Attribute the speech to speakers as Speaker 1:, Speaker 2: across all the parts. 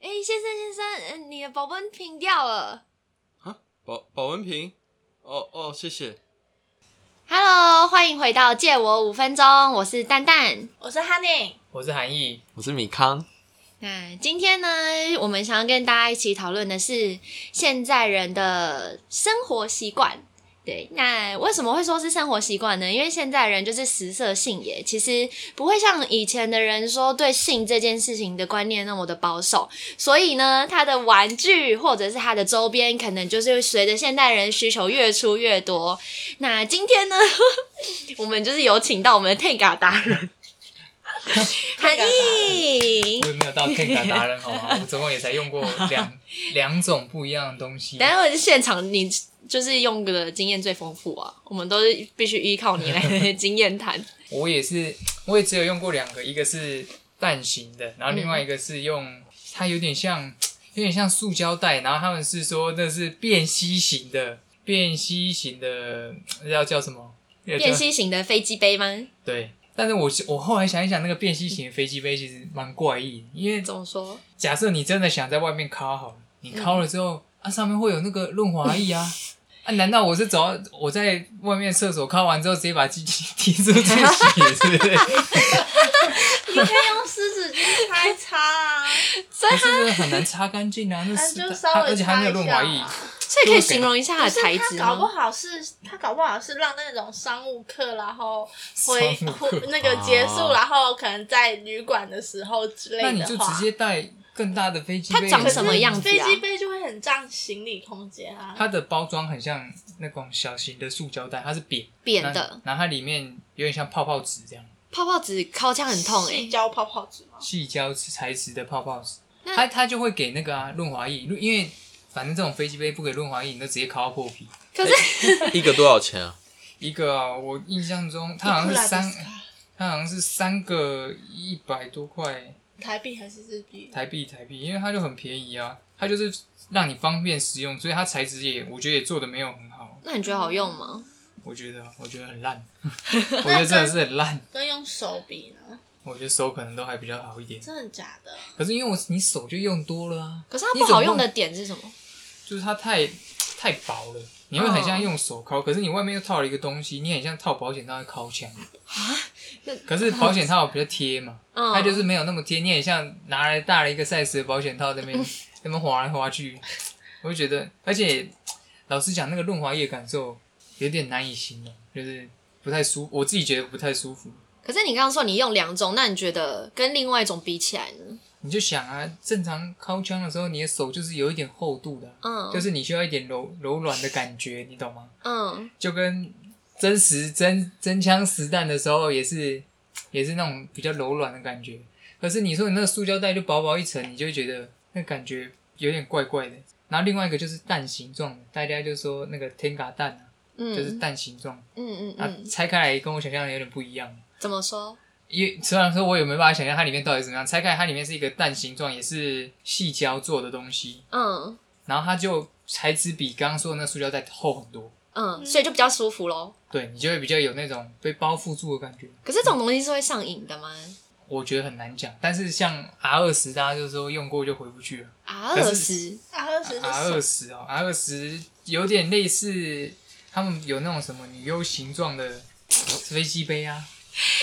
Speaker 1: 哎先生先生，呃你的保温瓶掉了。
Speaker 2: 啊，保保温瓶，哦哦，谢谢。
Speaker 1: Hello，欢迎回到借我五分钟，我是蛋蛋。
Speaker 3: 我是 Honey，
Speaker 4: 我是韩毅，
Speaker 2: 我是米康，
Speaker 1: 那今天呢，我们想要跟大家一起讨论的是现在人的生活习惯。对，那为什么会说是生活习惯呢？因为现在人就是食色性也，其实不会像以前的人说对性这件事情的观念那么的保守，所以呢，他的玩具或者是他的周边，可能就是随着现代人需求越出越多。那今天呢， 我们就是有请到我们的 Tega 达人 韩毅
Speaker 4: 我。也没有到 t e 达人，好吗？我总共也才用过两两种不一样的东西
Speaker 1: 等。下我现场你就是用的经验最丰富啊，我们都是必须依靠你 来经验谈。
Speaker 4: 我也是，我也只有用过两个，一个是蛋形的，然后另外一个是用它有点像有点像塑胶袋，然后他们是说那是便携型的，便携型的那叫叫什么？那叫
Speaker 1: 便携型的飞机杯吗？
Speaker 4: 对。但是我我后来想一想，那个便携型的飞机杯其实蛮怪异的，因为
Speaker 1: 怎么说？
Speaker 4: 假设你真的想在外面敲好了，你敲了之后、啊，上面会有那个润滑液啊。 啊，难道我是走到我在外面厕所敲完之后，直接把机器踢出去洗， 是不是？
Speaker 3: 你可以用湿纸巾擦一擦 啊，
Speaker 4: 但是那个很难擦干净啊，那
Speaker 3: 它
Speaker 4: 是
Speaker 3: 就
Speaker 4: 它
Speaker 3: 稍微
Speaker 4: 而且还没有润滑
Speaker 3: 擦一
Speaker 4: 液
Speaker 3: 下，
Speaker 1: 所以可以形容一下它
Speaker 3: 可
Speaker 1: 的
Speaker 3: 是
Speaker 1: 材
Speaker 3: 它
Speaker 1: 质
Speaker 3: 搞不
Speaker 1: 吗？
Speaker 3: 好是它搞不好是让那种商务客，然后回
Speaker 4: 商务客
Speaker 3: 回那个结束，
Speaker 2: 哦
Speaker 3: 然后可能在旅馆的时候之类的
Speaker 4: 那
Speaker 3: 话，
Speaker 4: 你就直接带更大的飞机
Speaker 1: 它
Speaker 4: 杯。
Speaker 1: 长
Speaker 3: 可是
Speaker 1: 什么样子啊
Speaker 3: 飞机杯就会很占行李空间啊。
Speaker 4: 它的包装很像那种小型的塑胶袋，它是扁
Speaker 1: 扁的，
Speaker 4: 那然后它里面有点像泡泡纸这样，
Speaker 1: 泡泡纸敲枪很
Speaker 4: 欸
Speaker 1: 痛哎、
Speaker 3: 细胶泡泡纸吗？
Speaker 4: 细胶材质的泡泡纸，
Speaker 1: 那
Speaker 4: 它它就会给那个啊润滑液，因为反正这种飞机杯不给润滑液，你就直接烤到破皮。
Speaker 1: 可是
Speaker 4: 哎
Speaker 2: 一个多少钱 啊？
Speaker 4: 一个啊，我印象中它好像是三，
Speaker 3: 啊
Speaker 4: 它好像是三个一百多块
Speaker 3: 台币还是日币？
Speaker 4: 台币台币，因为它就很便宜啊，它就是让你方便使用，所以它材质也我觉得也做的没有很好，
Speaker 1: 那你觉得好用吗？
Speaker 4: 我觉得我觉得很烂， 我觉得真的是很烂，
Speaker 3: 跟用手比呢？
Speaker 4: 我觉得手可能都还比较好一点，
Speaker 3: 真的假的？
Speaker 4: 可是因为我你手就用多了啊，
Speaker 1: 可是它
Speaker 4: 你
Speaker 1: 不
Speaker 4: 怎么
Speaker 1: 好用
Speaker 4: 弄
Speaker 1: 的点是什么？
Speaker 4: 就是它太太薄了，你会很
Speaker 1: 哦
Speaker 4: 像用手铐，可是你外面又套了一个东西，你很像套保险套在铐枪。
Speaker 1: 啊那
Speaker 4: 可是保险套比较贴嘛，
Speaker 1: 嗯
Speaker 4: 它就是没有那么贴，你很像拿来大了一个 size 的保险套在那边
Speaker 1: 嗯
Speaker 4: 在那边划来划去，我就觉得，而且老实讲，那个润滑液感受有点难以形容，就是不太舒，我自己觉得不太舒服。
Speaker 1: 可是你刚刚说你用两种，那你觉得跟另外一种比起来呢？
Speaker 4: 你就想啊，正常敲枪的时候，你的手就是有一点厚度的
Speaker 1: 嗯
Speaker 4: 啊、就是你需要一点柔柔软的感觉，你懂吗？
Speaker 1: 嗯，
Speaker 4: 就跟真实真真枪实弹的时候也是也是那种比较柔软的感觉。可是你说你那个塑胶袋就薄薄一层，你就会觉得那感觉有点怪怪的。然后另外一个就是蛋形状的，大家就说那个天嘎蛋啊，
Speaker 1: 嗯
Speaker 4: 就是蛋形状，
Speaker 1: 嗯嗯
Speaker 4: 啊，
Speaker 1: 嗯，
Speaker 4: 拆开来跟我想象的有点不一样。
Speaker 1: 怎么说？
Speaker 4: 因为虽然说我也没办法想象它里面到底怎么样，拆开来它里面是一个蛋形状，也是细胶做的东西，
Speaker 1: 嗯
Speaker 4: 然后它就材质比刚刚说的那塑胶袋厚很多，
Speaker 1: 嗯，所以就比较舒服喽。
Speaker 4: 对你就会比较有那种被包覆住的感觉。
Speaker 1: 可是这种东西是会上瘾的吗
Speaker 4: 我觉得很难讲。但是像 R 二十，大家就说用过就回不去了。
Speaker 1: ？R
Speaker 4: 可
Speaker 1: 二
Speaker 4: 是
Speaker 1: 十，
Speaker 3: 啊，二十
Speaker 4: R
Speaker 3: 是手
Speaker 4: 二十哦，R 二十有点类似他们有那种什么女优形状的飞机杯啊，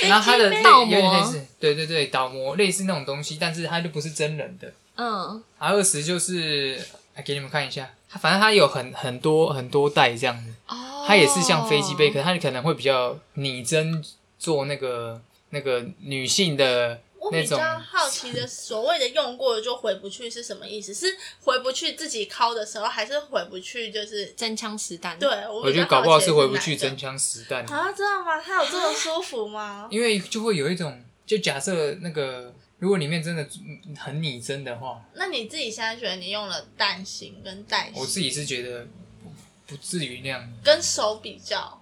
Speaker 4: 然后它的类
Speaker 1: 倒模
Speaker 4: 有点类似，对对对，倒模类似那种东西，但是它就不是真人的。
Speaker 1: 嗯，
Speaker 4: R 二十就是，来给你们看一下，它反正它有很很多很多代这样子，
Speaker 1: 哦，
Speaker 4: 它也是像飞机杯，可是它可能会比较拟真做那个那个女性的
Speaker 3: 我
Speaker 4: 那
Speaker 3: 比
Speaker 4: 种
Speaker 3: 较好奇的，所谓的用过就回不去是什么意思？是回不去自己敲的时候，还是回不去就是？
Speaker 1: 真枪实弹。
Speaker 3: 对，，我
Speaker 4: 我
Speaker 3: 比
Speaker 4: 觉
Speaker 3: 较
Speaker 4: 得搞不好
Speaker 3: 好奇
Speaker 4: 是
Speaker 3: 的
Speaker 4: 回不去
Speaker 3: 哪一
Speaker 4: 真啊枪实弹，
Speaker 3: 个啊，真的吗？它有这么舒服吗？
Speaker 4: 因为就会有一种，就假设那个如果里面真的嗯很拟真的话，
Speaker 3: 那你自己现在觉得你用了蛋形跟蛋
Speaker 4: 我
Speaker 3: 形
Speaker 4: 自己是觉得不不至于那样
Speaker 3: 跟手比较，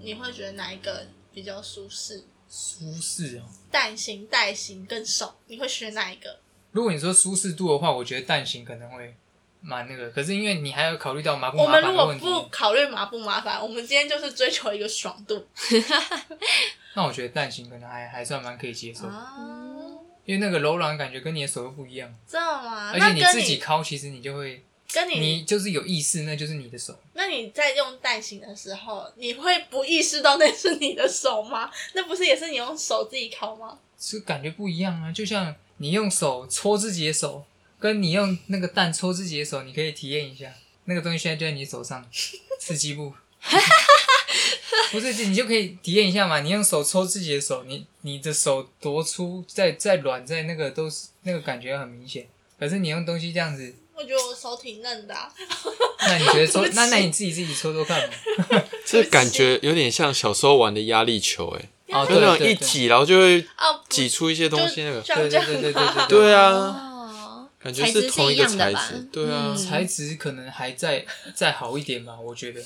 Speaker 3: 你会觉得哪一个比较舒适？
Speaker 4: 舒适哦。
Speaker 3: 蛋形、带形跟手，你会选哪一个？
Speaker 4: 如果你说舒适度的话，我觉得蛋形可能会蛮那个，可是因为你还要考虑到麻不
Speaker 3: 我
Speaker 4: 麻
Speaker 3: 们
Speaker 4: 烦
Speaker 3: 如
Speaker 4: 的
Speaker 3: 果
Speaker 4: 问题，
Speaker 3: 不考虑麻不麻烦，我们今天就是追求一个爽度
Speaker 4: 那我觉得蛋形可能还还算蛮可以接受，
Speaker 1: 哦
Speaker 3: 啊。
Speaker 4: 因为那个柔软的感觉跟你的手又不一样，
Speaker 3: 真的吗？啊
Speaker 4: 而
Speaker 3: 那
Speaker 4: 且你
Speaker 3: 跟
Speaker 4: 自己敲，其实你就会，
Speaker 3: 跟
Speaker 4: 你就是有意识，那就是你的手。
Speaker 3: 那你在用蛋形的时候，你会不意识到那是你的手吗？ 那不是也是你用手自己敲吗？
Speaker 4: 是感觉不一样啊。就像你用手搓自己的手，跟你用那个蛋搓自己的手，你可以体验一下，那个东西现在就在你 手上，刺激不？ 不是，你就可以体验一下嘛。你用手搓自己的手，你你的手多粗、再再软、再那个都是那个感觉很明显。可是你用东西这样子，
Speaker 3: 我觉得我手挺嫩的、啊，
Speaker 4: 那你觉得
Speaker 3: 对
Speaker 4: 搓
Speaker 3: 不？起
Speaker 4: 那那你自己自己搓 搓看嘛。
Speaker 2: 这感觉有点像小时候玩的压力球、欸，
Speaker 4: 哦，
Speaker 2: 就
Speaker 4: 对
Speaker 2: 那
Speaker 4: 对
Speaker 2: 种一
Speaker 4: 对，
Speaker 2: 挤，然后就会
Speaker 3: 啊，不
Speaker 2: 挤出一些东西，那
Speaker 3: 就
Speaker 2: 个
Speaker 3: 这
Speaker 4: 对
Speaker 3: 样这样
Speaker 4: 对对对对
Speaker 3: 啊
Speaker 2: 对啊，
Speaker 4: 嗯
Speaker 1: 哦，
Speaker 2: 感觉
Speaker 1: 材质是
Speaker 2: 同一个
Speaker 1: 一样的
Speaker 2: 材
Speaker 1: 吧
Speaker 2: 质，对啊，
Speaker 1: 嗯
Speaker 4: 材质可能还在再好一点吧，我觉得。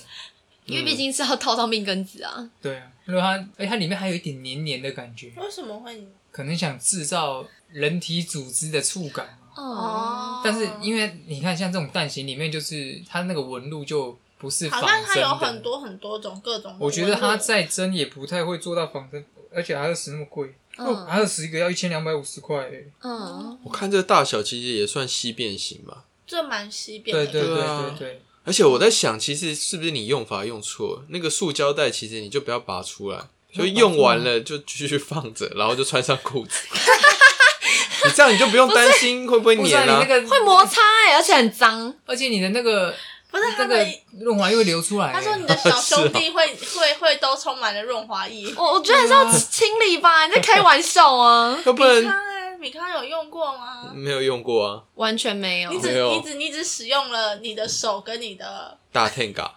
Speaker 1: 因为毕竟是要套到命根子啊。
Speaker 4: 对啊，如果它，哎，它里面还有一点黏黏的感觉，
Speaker 3: 为什么会
Speaker 4: 可能想制造人体组织的触感，
Speaker 1: 哦，
Speaker 4: 但是因为你看，像这种蛋形里面，就是它那个纹路就不是仿
Speaker 3: 好
Speaker 4: 真
Speaker 3: 像它
Speaker 4: 的
Speaker 3: 有很，多很多种各种纹路，
Speaker 4: 我觉得它再真也不太会做到仿真，而且还二十那么贵，
Speaker 1: 嗯
Speaker 4: 还有十个要一千两百五十块欸，
Speaker 1: 嗯，
Speaker 2: 我看这个大小其实也算稀变型吧。
Speaker 3: 这蛮稀变
Speaker 4: 对
Speaker 3: 的，
Speaker 4: 对对
Speaker 2: 对啊
Speaker 4: 对对，
Speaker 2: 而且我在想，其实是不是你用法用错了？那个塑胶袋其实你就不要拔出来，就用完了就继续放着，然后就穿上裤子。 你这样你就不用担心会不会
Speaker 4: 不然
Speaker 2: 粘
Speaker 4: 你那
Speaker 2: 啊？
Speaker 4: 个
Speaker 1: 会，摩擦哎，而且很脏。
Speaker 4: 而且你的那个
Speaker 3: 不是
Speaker 4: 那
Speaker 3: 他
Speaker 4: 个
Speaker 3: 们。
Speaker 4: 润滑又会流出来欸，
Speaker 3: 他说你的小兄弟 会会会都充满了润滑液。
Speaker 4: 哦
Speaker 1: 我我觉得还是
Speaker 4: 嗯
Speaker 1: 要清理吧，你在开玩笑啊？
Speaker 2: 要不
Speaker 3: 米
Speaker 2: 然
Speaker 3: 康哎，米康有用过吗？
Speaker 2: 没有用过啊，
Speaker 1: 完全没有
Speaker 3: 你，
Speaker 2: 没
Speaker 3: 只
Speaker 2: 有
Speaker 3: 你只你只使用了你的手跟你的，
Speaker 2: 大 Tenga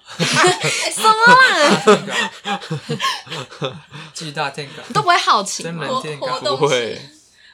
Speaker 1: 什么啦，
Speaker 4: 巨大 tank，
Speaker 1: 都不会好奇
Speaker 4: 真
Speaker 1: 吗
Speaker 4: 没？
Speaker 3: 活
Speaker 4: 健
Speaker 3: 活
Speaker 4: 康
Speaker 2: 不
Speaker 3: 动
Speaker 2: 会
Speaker 3: 器，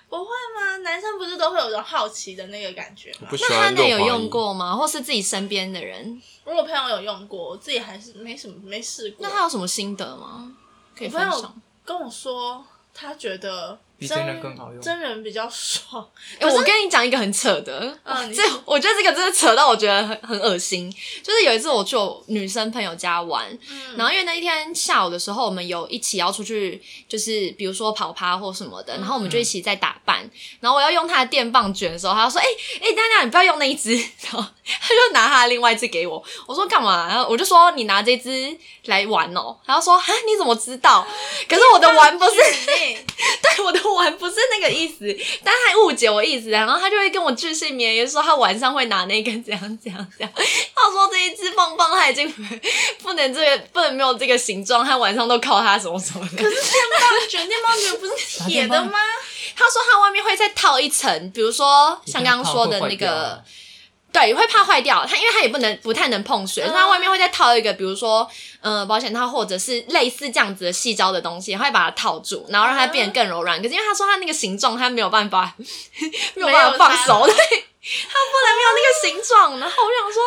Speaker 3: 不会吗？男生不是都会有种好奇的那个感觉
Speaker 2: 我
Speaker 3: 吗
Speaker 2: 不？喜
Speaker 1: 那哈
Speaker 2: 欢
Speaker 1: 内
Speaker 2: 润
Speaker 1: 有
Speaker 2: 滑
Speaker 1: 用
Speaker 2: 液。
Speaker 1: 过吗？或是自己身边的人？
Speaker 3: 我朋友有用过，我自己还是没什么没试过。
Speaker 1: 那他有什么心得吗？可以
Speaker 3: 我
Speaker 1: 分
Speaker 3: 朋友
Speaker 1: 享。
Speaker 3: 跟我说，他觉得
Speaker 4: 比真人更好用
Speaker 3: 真人比较爽。
Speaker 1: 哎、我跟你讲一个很扯的，
Speaker 3: 嗯你
Speaker 1: 这我觉得这个真的扯到我觉得很很恶心。就是有一次我去我女生朋友家玩，
Speaker 3: 嗯
Speaker 1: 然后因为那一天下午的时候，我们有一起要出去，就是比如说跑趴或什
Speaker 3: 嗯
Speaker 1: 么的，然后我们就一起在打扮。然后我要用她的电棒卷的时候，她就说：“哎、哎、欸，娜娜，你不要用那一只。” 然后她就拿她的另外一只给我，我说干嘛？然后我就说：“你拿这只来玩哦。”她就说：“啊，你怎么知道？”可是我的玩不是。
Speaker 3: 哎
Speaker 1: 对我的玩不是那个意思，但他误解我意思，然后他就会跟我巨细绵延说他晚上会拿那根怎样怎样怎样。他说这一只棒棒他已经不不能这个不能没有这个形状，他晚上都靠它什么什么的。
Speaker 3: 电棒卷，电棒卷不是铁的 吗？
Speaker 1: 他说他外面会再套一层，比如说像刚刚说的那
Speaker 4: 会坏掉啊
Speaker 1: 个。对，会怕坏掉。它因为它也不能不太能碰水，所以
Speaker 3: 嗯
Speaker 1: 它外面会再套一个，比如说，呃，保险套或者是类似这样子的细胶的东西，它会把它套住，然后让它变得更柔软。可是因为他说他那个形状，他没有办法， 没有办法放 手，对，他不能没有那个形状。然后我想说，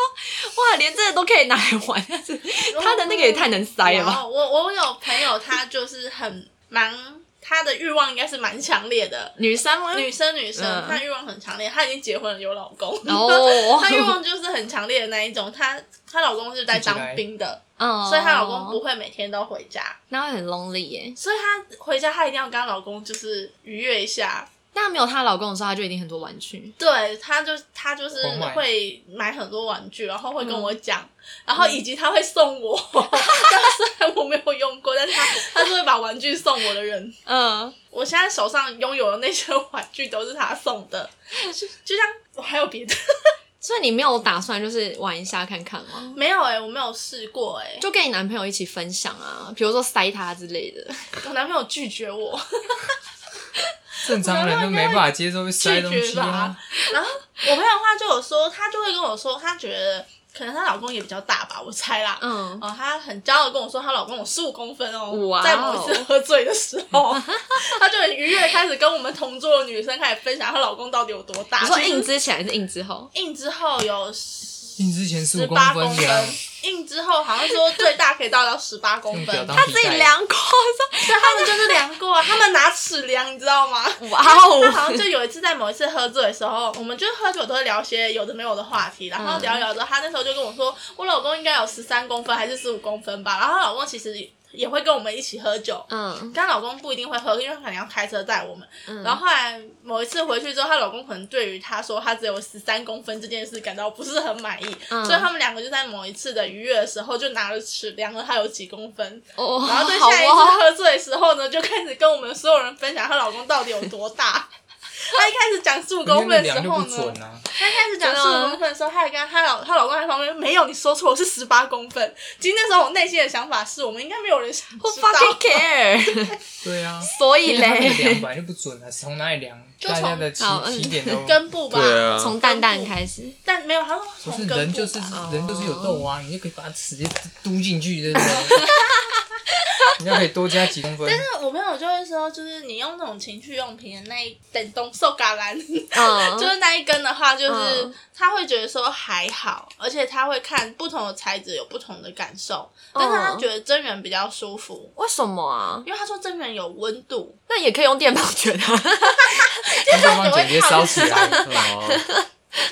Speaker 1: 哇，连这个都可以拿来玩，但 是他的那个也太能塞了
Speaker 3: 哇
Speaker 1: 吧？
Speaker 3: 哦我我有朋友，他就是很蛮，他的欲望应该是蛮强烈的。
Speaker 1: 女生吗？
Speaker 3: 女生女生
Speaker 1: 嗯，
Speaker 3: 她欲望很强烈，她已经结婚了，有老公。
Speaker 1: 哦，
Speaker 3: 她 欲望就是很强烈的那一种，她她老公是在当兵的，
Speaker 1: 嗯
Speaker 3: 所以她老公不，会每天都回家，
Speaker 1: 那会很 lonely 耶。
Speaker 3: 所以她回家她一定要跟她老公就是愉悦一下，
Speaker 1: 那没有她老公的时候，她就一定很多玩具。
Speaker 3: 对，她就她就是
Speaker 4: 狂买
Speaker 3: 会买很多玩具，然后会跟我讲，然
Speaker 4: 嗯
Speaker 3: 后以及她会送 我，但虽然我没有用过，但是她她是会把玩具送我的人。
Speaker 1: 嗯，
Speaker 3: 我现在手上拥有的那些玩具都是她送的，就就像我还有别的
Speaker 1: 所以你没有打算就是玩一下看看吗？
Speaker 3: 没有哎、我没有试过哎、
Speaker 1: 就跟你男朋友一起分享啊，比如说塞他之类的。
Speaker 3: 我男朋友拒绝我，
Speaker 4: 正常人都没办法接受会塞东
Speaker 3: 拒
Speaker 4: 西
Speaker 3: 绝吧
Speaker 4: 啊。
Speaker 3: 我朋友的话就有说，她就会跟我说，她觉得可能她老公也比较大吧，我猜啦。
Speaker 1: 嗯，
Speaker 3: 哦，她很骄傲地跟我说，她老公有十五公分哦
Speaker 1: 哇哦
Speaker 3: 在某一次喝醉的时 候，她就很愉悦，开始跟我们同桌的女生开始分享她老公到底有多大。
Speaker 1: 你说
Speaker 3: 其实
Speaker 1: 硬之前还是硬之后？
Speaker 3: 硬之后有十
Speaker 4: 印之前十五
Speaker 3: 八
Speaker 4: 分
Speaker 3: 公
Speaker 4: 这样
Speaker 3: 分，硬之后好像说最大可以到到十八公
Speaker 4: 用表
Speaker 3: 分，
Speaker 4: 当
Speaker 3: 对
Speaker 4: 皮
Speaker 1: 自己
Speaker 4: 带。
Speaker 1: 量过，
Speaker 3: 他们就是量过，啊他们拿尺量，你知道吗？
Speaker 1: 说哇哦
Speaker 3: 他好像就有一次在某一次喝醉的时候，我们就是喝酒都会聊一些有的没有的话
Speaker 1: 嗯
Speaker 3: 题，然后聊一聊之后，他那时候就跟我说，我老公应该有十三公分还是十五公分吧，然后她老公其实也会跟我们一起喝酒。
Speaker 1: 嗯
Speaker 3: 跟她老公不一定会喝，因为她可能要开车载我们。
Speaker 1: 嗯，
Speaker 3: 然后后来某一次回去之后，她老公可能对于她说她只有十三公分这件事感到不是很满意，
Speaker 1: 嗯
Speaker 3: 所以他们两个就在某一次的愉悦的时候就拿了尺量了她有几公分，
Speaker 1: 哦，
Speaker 3: 然后在
Speaker 1: 好
Speaker 3: 下一次
Speaker 1: 哦，
Speaker 3: 喝醉的时候呢，就开始跟我们所有人分享她老公到底有多大。她一开始讲十五
Speaker 4: 我
Speaker 3: 公
Speaker 4: 觉得
Speaker 3: 分
Speaker 4: 那
Speaker 3: 的时
Speaker 4: 量就
Speaker 3: 候
Speaker 4: 不
Speaker 3: 呢
Speaker 4: 准，啊，
Speaker 3: 她一开始讲十五公分的时候，她还跟她老她老公在旁边没有，你说错，我是十八公分。其实那时候我内心的想法是我们应该没有人想
Speaker 1: 我
Speaker 3: 知道，
Speaker 1: fucking care，
Speaker 4: 对啊，
Speaker 1: 所以
Speaker 4: 因为他们的量
Speaker 1: 嘞，
Speaker 4: 本来就不准啊，从哪里量？
Speaker 3: 就
Speaker 4: 大家
Speaker 3: 从哦
Speaker 4: 的起
Speaker 1: 好嗯
Speaker 4: 起点都
Speaker 3: 根部吧。
Speaker 2: 对啊，
Speaker 1: 从蛋蛋开始，
Speaker 3: 但没有，他说
Speaker 4: 不
Speaker 3: 从
Speaker 4: 是
Speaker 3: 根部
Speaker 4: 人就是
Speaker 1: 吧
Speaker 4: 人就是有痘
Speaker 3: 哦
Speaker 4: 啊，你就可以把它直接嘟进去，对不对？ 你要可以多加几公分，
Speaker 3: 但是我朋友就会说，就是你用那种情趣用品的那一等东瘦嘎兰，就
Speaker 1: 嗯，
Speaker 3: 是那一根的话，就是
Speaker 1: 嗯
Speaker 3: 他会觉得说还好，而且他会看不同的材质有不同的感受，
Speaker 1: 嗯
Speaker 3: 但是他觉得真人比较舒服。
Speaker 1: 为什么啊？
Speaker 3: 因为他说真人有温度，
Speaker 1: 那也可以用电棒卷啊，
Speaker 4: 让对方直接烧起来。
Speaker 2: 哦，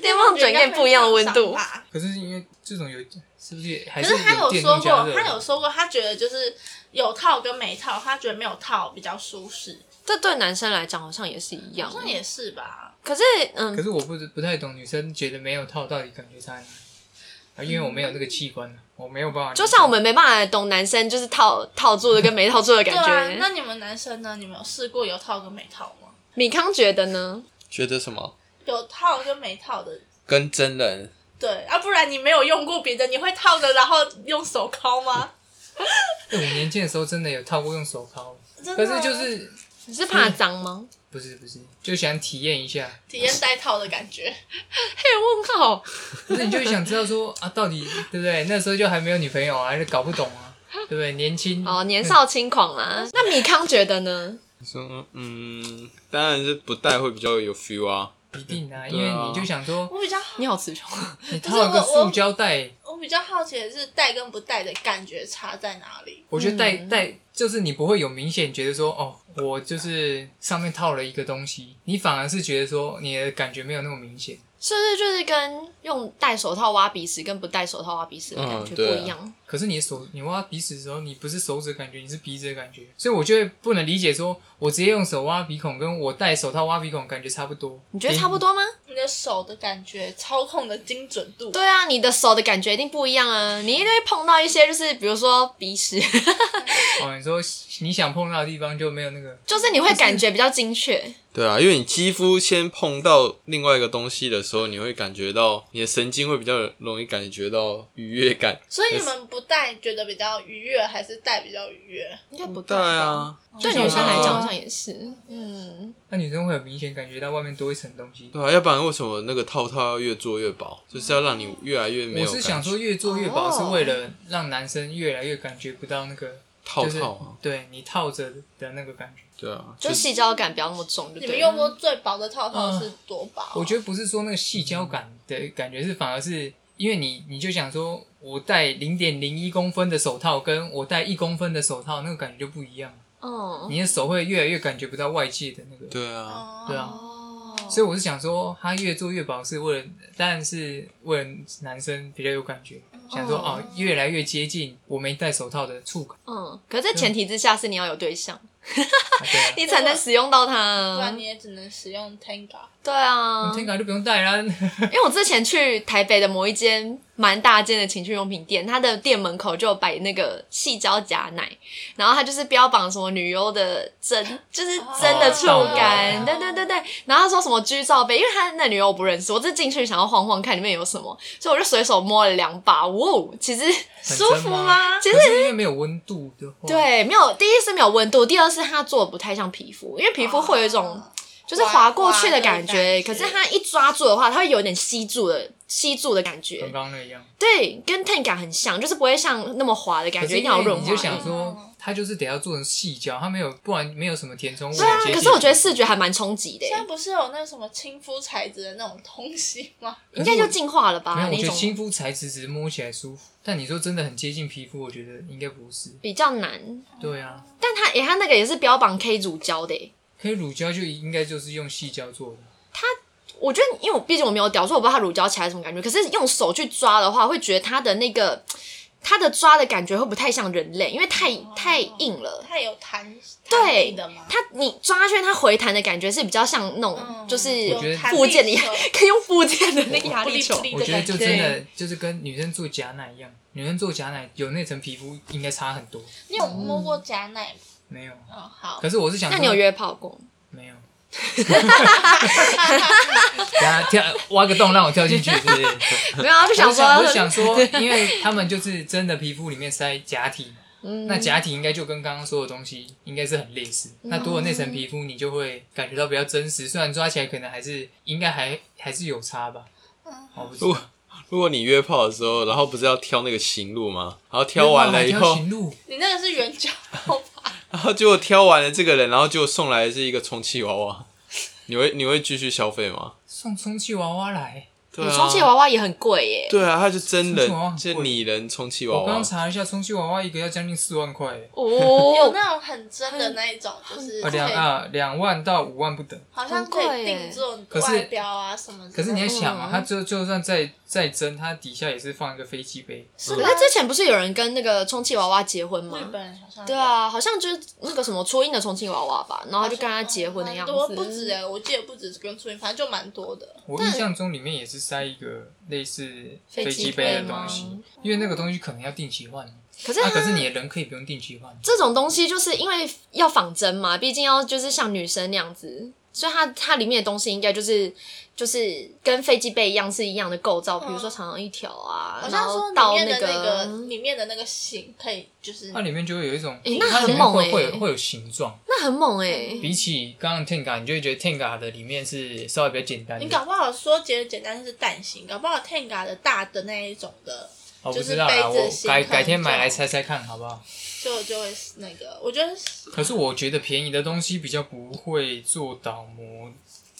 Speaker 1: 电棒卷可以不一样的温
Speaker 3: 应该会
Speaker 1: 度
Speaker 3: 烫伤，吧
Speaker 4: 可是因为这种有是不是还
Speaker 3: 可是他
Speaker 4: 有
Speaker 3: 有
Speaker 4: 电
Speaker 3: 说
Speaker 4: 动加
Speaker 3: 过，
Speaker 4: 热？
Speaker 3: 他有说过，他觉得就是有套跟没套，他觉得没有套比较舒适，
Speaker 1: 这对男生来讲好像也是一样
Speaker 3: 好，像也是吧。
Speaker 1: 可是
Speaker 4: 可
Speaker 1: 嗯，
Speaker 4: 是我不不太懂女生觉得没有套到底感觉差在哪里啊？因为我没有那个器官啊，我没有办法。
Speaker 1: 就像我们没办法懂男生就是套套住的跟没套住的感
Speaker 3: 对啊，
Speaker 1: 觉，
Speaker 3: 那你们男生呢？你们有试过有套跟没套吗？
Speaker 1: 米康觉得呢？
Speaker 2: 觉得什么？
Speaker 3: 有套跟没套的，
Speaker 2: 跟真人
Speaker 3: 对啊，不然你没有用过别的，你会套的，然后用手抠吗？
Speaker 4: 哎我年轻的时候真的有套过用手铐，
Speaker 3: 真的
Speaker 4: 可
Speaker 3: 吗
Speaker 4: 是就是
Speaker 1: 你是怕脏吗？
Speaker 4: 不是不是，就想体验一下。
Speaker 3: 体验带套的感觉，
Speaker 1: 嘿， 问号，
Speaker 4: 不是，你就想知 道说啊，到底对不对？那时候就还没有女朋友啊，就搞不懂啊，对不对？年轻
Speaker 1: 哦，年少轻狂啦。那米康觉得呢？
Speaker 2: 说，嗯，当然是不戴会比较有 feel 啊。
Speaker 4: 一定啊，因
Speaker 2: 对啊
Speaker 4: 为你就想说，
Speaker 3: 我比较
Speaker 1: 你好词穷，
Speaker 4: 你套了个塑胶袋，
Speaker 3: 我比较好奇的是带跟不带的感觉差在哪里？
Speaker 4: 我觉得带
Speaker 3: 嗯
Speaker 4: 带就是你不会有明显觉得说哦，我就是上面套了一个东西，你反而是觉得说你的感觉没有那么明显。
Speaker 1: 是不是就是跟用戴手套挖鼻屎跟不戴手套挖鼻屎的感觉
Speaker 2: 嗯
Speaker 1: 不
Speaker 2: 对啊
Speaker 1: 一样？
Speaker 4: 可是你的手，你挖鼻屎的时候，你不是手指的感觉，你是鼻子的感觉，所以我就会不能理解说，我直接用手挖鼻孔，跟我戴手套挖鼻孔感觉差不多。
Speaker 1: 你觉得差不多吗？
Speaker 3: 你的手的感觉操控的精准度，
Speaker 1: 对啊，你的手的感觉一定不一样啊！你一定会碰到一些，就是比如说鼻屎，
Speaker 4: 哦，你说你想碰到的地方就没有那个，
Speaker 1: 就是你会感觉比较精确。
Speaker 2: 对啊，因为你肌肤先碰到另外一个东西的时候，你会感觉到你的神经会比较容易感觉到愉悦感。
Speaker 3: 所以你们不带觉得比较愉悦，还是带比较愉悦？
Speaker 1: 应该不
Speaker 2: 对啊，
Speaker 1: 对女生来讲好像也是，嗯，
Speaker 4: 那女生会有明显感觉到外面多一层东西。
Speaker 2: 对啊，要不然为什么那个套套要越做越薄？就是要让你越来越没有
Speaker 4: 我是
Speaker 2: 感
Speaker 4: 想
Speaker 2: 觉
Speaker 4: 说，越做越薄
Speaker 1: 哦
Speaker 4: 是为了让男生越来越感觉不到那个，
Speaker 2: 套
Speaker 4: 就是
Speaker 2: 套啊，
Speaker 4: 对你套着的那个感觉。
Speaker 2: 对啊，
Speaker 1: 就
Speaker 2: 就是
Speaker 1: 细胶感不要那么重就
Speaker 3: 你们
Speaker 1: 对嗯
Speaker 3: 用
Speaker 1: 了。
Speaker 3: 过最薄的套套是多薄？
Speaker 4: 我觉得不是说那个细胶感的感觉，是反而是因为你你就想说，我戴零点零一公分的手套，跟我戴一公分的手套那个感觉就不一样，
Speaker 1: 嗯，
Speaker 4: 你的手会越来越感觉不到外界的那个。
Speaker 2: 对啊，
Speaker 3: 哦
Speaker 4: 对啊
Speaker 1: 哦，
Speaker 4: 所以我是想说，它越做越薄是为了，当然是为了男生比较有感觉，想说
Speaker 1: 哦
Speaker 4: 哦，越来越接近我没戴手套的触感。
Speaker 1: 嗯，可是前提之下是你要有对象，
Speaker 4: 啊对啊，
Speaker 1: 你才能使用到它啊
Speaker 3: 不然。你也只能使用 Tenga。
Speaker 1: 对啊，
Speaker 4: 嗯听感就不用戴啦。
Speaker 1: 因为我之前去台北的某一间蛮大间的情趣用品店，它的店门口就有摆那个细胶夹奶，然后它就是标榜什么女优的针， 就是针的触感，
Speaker 4: 哦
Speaker 1: 对对对对。然后他说什么居罩杯，因为他那女优我不认识，我只是进去想要晃晃看里面有什么，所以我就随手摸了两把，哇哦，其实舒服
Speaker 4: 真吗
Speaker 1: 吗？其实
Speaker 4: 可是因为没有温度的话，，
Speaker 1: 对，没有第一是没有温度，第二是它做的不太像皮肤，因为皮肤会有一种
Speaker 3: 哦
Speaker 1: 就是滑过去的感
Speaker 3: 滑滑
Speaker 1: 觉，
Speaker 3: 的感觉
Speaker 1: 可是它一抓住的话，它会有点吸住的吸住的感觉
Speaker 4: 跟，刚刚那一样。
Speaker 1: 对，跟 Ten 感很像，就是不会像那么滑的感
Speaker 4: 可
Speaker 1: 觉，
Speaker 4: 是
Speaker 1: 一定
Speaker 4: 因
Speaker 1: 要
Speaker 4: 为
Speaker 1: 润
Speaker 4: 你
Speaker 1: 滑
Speaker 4: 就
Speaker 1: 一点。
Speaker 4: 想说，它就是得要做成细胶，它没有，不然没有什么填充物。
Speaker 1: 对啊，
Speaker 4: 接
Speaker 1: 可
Speaker 4: 近
Speaker 1: 是我觉得视觉还蛮冲击的耶，
Speaker 3: 现在不是有那什么亲肤材质的那种东西吗？
Speaker 1: 应该就进化了
Speaker 4: 没
Speaker 1: 吧？
Speaker 4: 有，我
Speaker 1: 那
Speaker 4: 觉得亲
Speaker 1: 种
Speaker 4: 肤材质只是摸起来舒服，但你说真的很接近皮肤，我觉得应该不是。
Speaker 1: 比较难，
Speaker 4: 对啊，
Speaker 1: 但它也它那个也是标榜 K 乳胶的耶。
Speaker 4: 可以乳胶就应该就是用细胶做的。
Speaker 1: 我觉得，因为我毕竟我没有屌，所以我不知道它乳胶起来什么感觉。可是用手去抓的话，会觉得它的那个它的抓的感觉会不太像人类，因为太太硬了。
Speaker 3: 它有弹哦弹
Speaker 1: 对
Speaker 3: 力的吗？
Speaker 1: 它你抓下去，它回弹的感觉是比较像那种，
Speaker 3: 嗯
Speaker 1: 就是
Speaker 4: 我觉得
Speaker 1: 附件的，
Speaker 3: 有弹力球
Speaker 1: 可以用附件的那个压力球
Speaker 3: 不。力
Speaker 4: 我
Speaker 3: 的
Speaker 4: 觉得
Speaker 3: 感
Speaker 4: 就
Speaker 3: 觉
Speaker 4: 真的就是跟女生做假奶一样，女生做假奶有那层皮肤应该差很多，
Speaker 3: 你有摸过假奶吗？
Speaker 4: 没有。
Speaker 3: 嗯，好
Speaker 4: 可。是我是想
Speaker 1: 那
Speaker 4: 说，
Speaker 1: 你有约炮过？
Speaker 4: 没有？ 等下跳挖个洞让我跳进去，是不是？
Speaker 1: 没有啊，就
Speaker 4: 我
Speaker 1: 说，
Speaker 4: 我想说，因为他们就是真的皮肤里面塞假体，
Speaker 1: 嗯
Speaker 4: 那假体应该就跟刚刚说的东西应该是很类似。
Speaker 1: 嗯
Speaker 4: 那多了那层皮肤，你就会感觉到比较真实，虽然抓起来可能还是应该还还是有差吧。
Speaker 1: 嗯
Speaker 4: 我不知
Speaker 2: 如
Speaker 4: 道
Speaker 2: 果如果你约炮的时候，然后不是要挑那个行路吗？然后挑完了以
Speaker 4: 没有啊还
Speaker 2: 后，
Speaker 4: 挑行路，
Speaker 3: 你那个是圆角 包吧？
Speaker 2: 然后结果挑完了这个人，然后结果送来的是一个充气娃娃，你会你会继续消费吗？
Speaker 4: 送充气娃娃来。
Speaker 2: 对
Speaker 1: 你
Speaker 2: 啊，
Speaker 1: 充气娃娃也很贵耶。
Speaker 2: 对啊，他就真
Speaker 4: 充气娃娃
Speaker 2: 人，
Speaker 4: 很贵
Speaker 2: 就拟人充气娃
Speaker 4: 我刚
Speaker 2: 娃
Speaker 4: 刚，查一下，充气娃娃一个要将近四万块耶，
Speaker 3: 有
Speaker 1: 哦，
Speaker 3: 那种很真的那一种，就是
Speaker 4: 呃
Speaker 3: 可以
Speaker 4: 两啊两万到五万不等。
Speaker 3: 好像可以定做
Speaker 4: 可是
Speaker 3: 外表啊什么之类的。
Speaker 4: 可是你要想啊
Speaker 1: 嗯，
Speaker 4: 它就就算再再蒸，它底下也是放一个飞机杯。
Speaker 3: 是
Speaker 1: 可
Speaker 3: 吗
Speaker 1: 是之前不是有人跟那个充气娃娃结婚
Speaker 3: 日
Speaker 1: 吗？
Speaker 3: 本好像
Speaker 1: 对啊，好像就是那个什么初音的充气娃娃吧，然后他就跟他结婚的样子。
Speaker 3: 蛮多不止哎，我记得不止跟初音，反正就蛮多的。
Speaker 4: 我印象中里面也是塞一个类似
Speaker 1: 飞
Speaker 4: 飞机杯
Speaker 1: 机
Speaker 4: 的
Speaker 1: 杯吗
Speaker 4: 东西，因为那个东西可能要定期换。啊，
Speaker 1: 可是他
Speaker 4: 可是你的人可以不用定期换。
Speaker 1: 这种东西就是因为要仿真嘛，毕竟要就是像女生那样子，所以它它里面的东西应该就是就是跟飞机杯一样是一样的构造，比如说长长一条啊，
Speaker 3: 好
Speaker 1: 然
Speaker 3: 像
Speaker 1: 后
Speaker 3: 说
Speaker 1: 到
Speaker 3: 里面的那
Speaker 1: 个
Speaker 3: 个。里面的那个型可以就是
Speaker 4: 它里面就会有一种，
Speaker 1: 诶那
Speaker 4: 它里面
Speaker 1: 很猛
Speaker 4: 会
Speaker 1: 欸
Speaker 4: 会有会有形状。
Speaker 1: 那很猛哎、欸，
Speaker 4: 比起刚刚 Tenga，你就会觉得 Tenga 的里面是稍微比较简单
Speaker 3: 你
Speaker 4: 的哦
Speaker 3: 搞。不好说简简单是蛋形，搞不好 Tenga 的大的那一种的，
Speaker 4: 我不
Speaker 3: 就是
Speaker 4: 知道啦，
Speaker 3: 杯子
Speaker 4: 我
Speaker 3: 形
Speaker 4: 改
Speaker 3: 状
Speaker 4: 改天买来猜猜看好不好？
Speaker 3: 就就会是那个，我觉得是
Speaker 4: 可是我觉得便宜的东西比较不会做倒模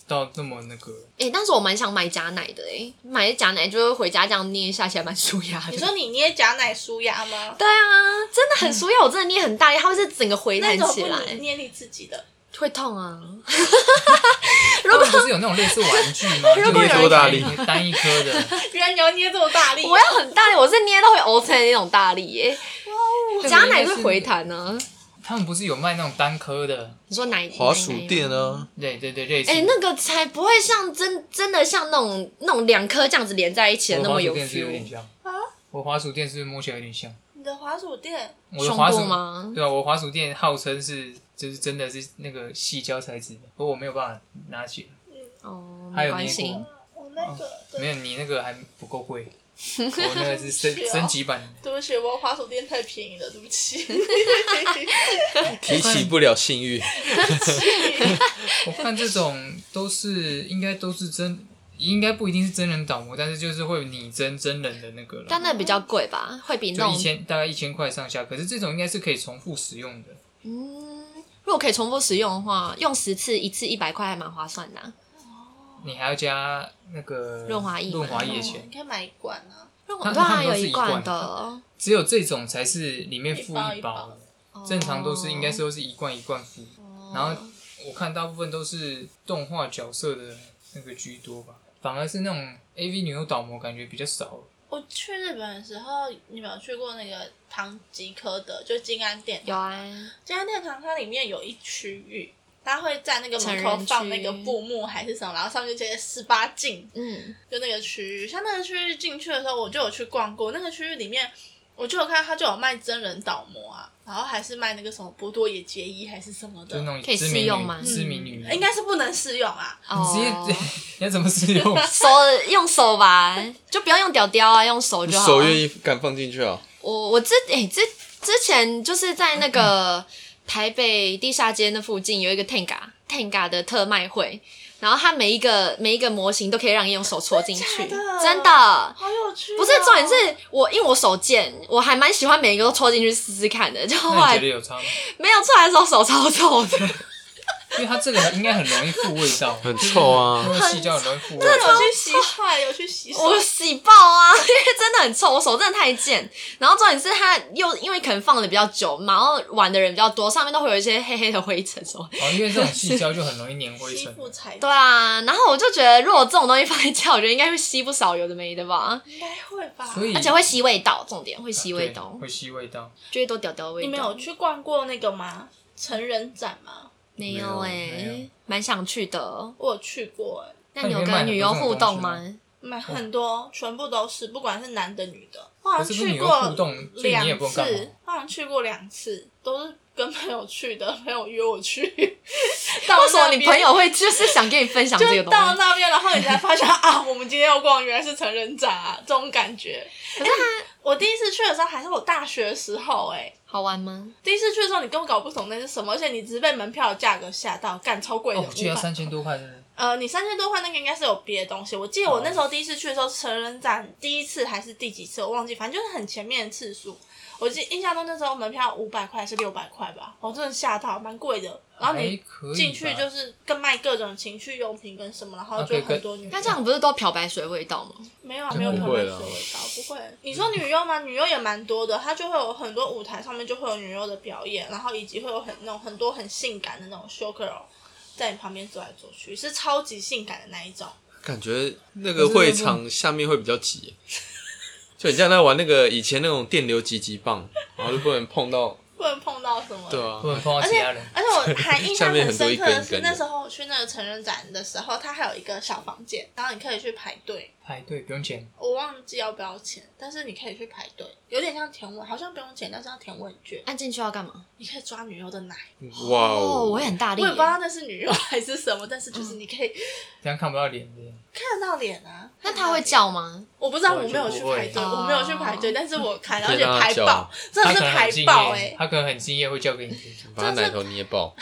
Speaker 4: 到那么那个。
Speaker 1: 哎、但是我蛮想买假奶的哎、买假奶就会回家这样捏一下，其实还蛮舒压的。
Speaker 3: 你说你捏假奶舒压吗？
Speaker 1: 对啊，真的很舒压，我真的捏很大力，它会是整个回
Speaker 3: 那
Speaker 1: 弹
Speaker 3: 种
Speaker 1: 起
Speaker 3: 不
Speaker 1: 来
Speaker 3: 能，捏你自己的，
Speaker 1: 会痛 啊。
Speaker 4: 他们不是有那种类似玩具吗？
Speaker 1: 如果有人
Speaker 4: 就是
Speaker 2: 多大力
Speaker 4: 单一颗的，
Speaker 3: 原来你要捏这么大力，
Speaker 1: 我要很大力，我是捏到会 O 的那种大力耶、
Speaker 4: 哦
Speaker 1: 假奶会回弹呢、
Speaker 4: 他们不是有卖那种单颗的？
Speaker 1: 你说奶
Speaker 2: 滑鼠垫？啊，
Speaker 4: 对对对，类似。
Speaker 1: 哎、诶那个才不会像真真的像那种那种两颗这样子连在一起的那
Speaker 4: 我
Speaker 1: 么
Speaker 4: 滑鼠
Speaker 1: 有
Speaker 4: 垫是有点
Speaker 1: feel。
Speaker 4: 像
Speaker 3: 啊
Speaker 4: 我滑鼠垫是不是摸起来有点像？
Speaker 3: 你的滑鼠垫，
Speaker 4: 我的滑
Speaker 1: 胸
Speaker 4: 鼠
Speaker 1: 部吗
Speaker 4: 对啊，我滑鼠垫号称是就是真的是那个细胶材质的，不过我没有办法拿起来。
Speaker 1: 哦，
Speaker 4: 还
Speaker 1: 没
Speaker 4: 有
Speaker 1: 关
Speaker 4: 捏
Speaker 1: 系。
Speaker 4: 过？
Speaker 3: 我那个
Speaker 4: 哦没有，你那个还不够贵。我那个是 升
Speaker 3: 是哦
Speaker 4: 升级版，
Speaker 3: 对不起，我滑手店太便宜了，对不起。
Speaker 2: 提起不了性欲。
Speaker 4: 我看这种都是应该都是真，应该不一定是真人倒模，但是就是会拟真真人的那个了。
Speaker 1: 但那比较贵吧，会比那
Speaker 4: 就一
Speaker 1: 种
Speaker 4: 千大概一千块上下，可是这种应该是可以重复使用的。
Speaker 1: 嗯，如果可以重复使用的话，用十次一次一百块还蛮划算的啊、
Speaker 4: 你还要加那个
Speaker 1: 润滑液吗
Speaker 4: 润 滑液的
Speaker 3: 哦
Speaker 4: 钱。
Speaker 3: 你可以买一罐啊，
Speaker 1: 如果
Speaker 4: 它
Speaker 1: 对
Speaker 4: 它
Speaker 1: 啊，
Speaker 4: 们都
Speaker 1: 有
Speaker 4: 是一
Speaker 1: 罐
Speaker 4: 罐
Speaker 1: 的，
Speaker 4: 只有这种才是里面附
Speaker 3: 一包一
Speaker 4: 包
Speaker 3: 包
Speaker 4: 的，
Speaker 1: 哦
Speaker 4: 正常都是应该是都是一罐一罐附。然后我看大部分都是动画角色的那个居多吧，反而是那种 A V 女优倒模感觉比较少。
Speaker 3: 我去日本的时候，你们有去过那个唐吉诃德，就金安店？
Speaker 1: 有啊，
Speaker 3: 金安店堂它里面有一区域，它会在那个
Speaker 1: 成
Speaker 3: 门
Speaker 1: 人
Speaker 3: 口放
Speaker 1: 区
Speaker 3: 那个布幕还是什么，然后上面就写十八禁，
Speaker 1: 嗯，
Speaker 3: 就那个区域。像那个区域进去的时候，我就有去逛过，那个区域里面。我就有看到他就有卖真人倒模啊，然后还是卖那个什么波多野结衣还是什么
Speaker 4: 就是
Speaker 3: 的，
Speaker 4: 那种
Speaker 1: 可以
Speaker 4: 知
Speaker 1: 试
Speaker 4: 名
Speaker 1: 用吗
Speaker 4: 女知名女优，
Speaker 3: 嗯应该是不能试用啊。
Speaker 1: 哦
Speaker 4: 你直接 你要怎么使 用？
Speaker 1: 手用手吧，就不要用屌屌啊，用手
Speaker 2: 你
Speaker 1: 就好。
Speaker 2: 手愿意敢放进去啊？
Speaker 1: 我我之诶、之之前就是在那个台北地下街那附近有一个 Tenga Tenga 的特卖会，然后它每一个每一个模型都可以让你用手戳进去，
Speaker 3: 真的假的
Speaker 1: 真的。
Speaker 3: 好有趣哦、
Speaker 1: 不是重点是我，因为我手贱，我还蛮喜欢每一个都戳进去试试看的。就后
Speaker 4: 那你
Speaker 1: 来
Speaker 4: 觉得有差吗？
Speaker 1: 没有出来的时候手超臭的，
Speaker 4: 因为它这个应该很容易附味道，
Speaker 2: 很臭啊
Speaker 4: 就是因为细胶很容易附 味
Speaker 3: 有
Speaker 4: 道。
Speaker 3: 去洗坏，有去洗手，
Speaker 1: 我洗爆啊， 因为真的很臭，我手真的太贱。然后重点是它又因为可能放的比较久，然后玩的人比较多，上面都会有一些黑黑的灰尘什么。
Speaker 4: 哦，因为这种细胶就很容易粘灰
Speaker 3: 吸
Speaker 4: 尘。
Speaker 3: 附才
Speaker 1: 对啊，然后我就觉得如果这种东西放在家，我觉得应该会吸不少有的没的吧，
Speaker 3: 应该会吧？
Speaker 4: 所以
Speaker 1: 而且会吸味道，重点会吸味
Speaker 4: 嗯啊对
Speaker 1: 道，
Speaker 4: 会吸味道。
Speaker 1: 就会多屌屌的味
Speaker 3: 你
Speaker 1: 道。
Speaker 3: 们有去逛过那个吗？成人展吗？
Speaker 1: 没有哎、
Speaker 4: 没有
Speaker 1: 蛮想去的。
Speaker 3: 我有去过、欸，
Speaker 1: 那你
Speaker 4: 那
Speaker 1: 有
Speaker 4: 里面卖
Speaker 1: 跟
Speaker 4: 的
Speaker 1: 女
Speaker 4: 都
Speaker 1: 优
Speaker 4: 是那种
Speaker 1: 互动
Speaker 4: 东
Speaker 1: 吗？
Speaker 4: 哦
Speaker 3: 买很多，全部都是，不管是男的女的，我好
Speaker 4: 可
Speaker 3: 像
Speaker 4: 是不是
Speaker 3: 去
Speaker 4: 你会
Speaker 3: 过
Speaker 4: 互动，所以你也
Speaker 3: 两
Speaker 4: 不用干嘛
Speaker 3: 次，，我好像去过两次，都是跟朋友去的， 朋友约我去。到
Speaker 1: 为什么
Speaker 3: 那
Speaker 1: 你
Speaker 3: 边
Speaker 1: 朋友会就是想跟你分享这
Speaker 3: 就
Speaker 1: 个东西
Speaker 3: 到？那边，然后你才发现 啊，我们今天要逛，原来是成人展啊，这种感觉。可是、我第一次去的时候还是我大学的时候、哎，
Speaker 1: 好玩吗？
Speaker 3: 第一次去的时候你根本搞不懂那是什么，而且你只是被门票的价格吓到，干超贵的，
Speaker 4: 哦，我记得要
Speaker 3: 500
Speaker 4: 三千多块，是不是？
Speaker 3: 呃，你三千多块那个应该是有别的东西。我记得我那时候第一次去的时候，成人展第一次还是第几次我忘记，反正就是很前面的次数。我记印象中那时候门票五百块还是六百块吧，我真的吓到，蛮贵的。然后
Speaker 4: 还
Speaker 3: 你
Speaker 4: 可以
Speaker 3: 进去
Speaker 4: 吧
Speaker 3: 就是更卖各种情趣用品跟什么，然后
Speaker 4: 啊
Speaker 3: 就
Speaker 4: 可以
Speaker 3: 很
Speaker 4: 跟
Speaker 3: 多女。
Speaker 1: 那这样不是都漂白水味道吗？
Speaker 3: 没有啊，没有
Speaker 4: 不
Speaker 3: 朋
Speaker 2: 会
Speaker 3: 友
Speaker 2: 啦
Speaker 3: 水味道，不会。你说女优吗？女优也蛮多的，它就会有很多舞台上面就会有女优的表演，然后以及会有很那种很多很性感的那种 show girl 在你旁边走来走去，是超级性感的那一种。
Speaker 2: 感觉那个会场下面会比较挤，就你像在玩那个以前那种电流急急棒，然后就不能碰到，
Speaker 3: 不能碰到什么。
Speaker 2: 对啊
Speaker 4: 不，能碰到
Speaker 3: 而
Speaker 4: 其
Speaker 3: 且
Speaker 4: 他人。
Speaker 3: 而且 我还印象
Speaker 2: 下面
Speaker 3: 很
Speaker 2: 很多
Speaker 3: 深
Speaker 2: 一
Speaker 3: 刻
Speaker 2: 根一根的
Speaker 3: 的是，那时候我去那个成人展的时候，它还有一个小房间，然后你可以去排队。
Speaker 4: 排队哎不用钱，
Speaker 3: 我忘记要不要钱，但是你可以去排队，有点像填问，好像不用钱，但是要填问卷。
Speaker 1: 按啊进去要干嘛？
Speaker 3: 你可以抓女优的奶，
Speaker 2: 哇
Speaker 1: 哦，
Speaker 2: 哦
Speaker 1: 我，也很大
Speaker 3: 我
Speaker 1: 力
Speaker 3: 也
Speaker 1: 耶。
Speaker 3: 不知道那是女优还是什么，但是就是你可以
Speaker 4: 这样看不到脸的。
Speaker 3: 看得到脸啊。
Speaker 1: 那他会叫吗？
Speaker 3: 我不知道，
Speaker 4: 我
Speaker 3: 我
Speaker 4: 就
Speaker 3: 没有去排队，
Speaker 1: 不会
Speaker 3: 我没有去排队，但是我 看，而
Speaker 2: 可以
Speaker 3: 且
Speaker 2: 让他
Speaker 3: 排
Speaker 2: 叫
Speaker 3: 爆，真
Speaker 4: 他
Speaker 3: 的是
Speaker 4: 可能
Speaker 3: 排
Speaker 4: 很敬
Speaker 3: 爆哎、
Speaker 4: 业，他可能很敬业，会叫给你听。
Speaker 2: 把他奶头捏爆，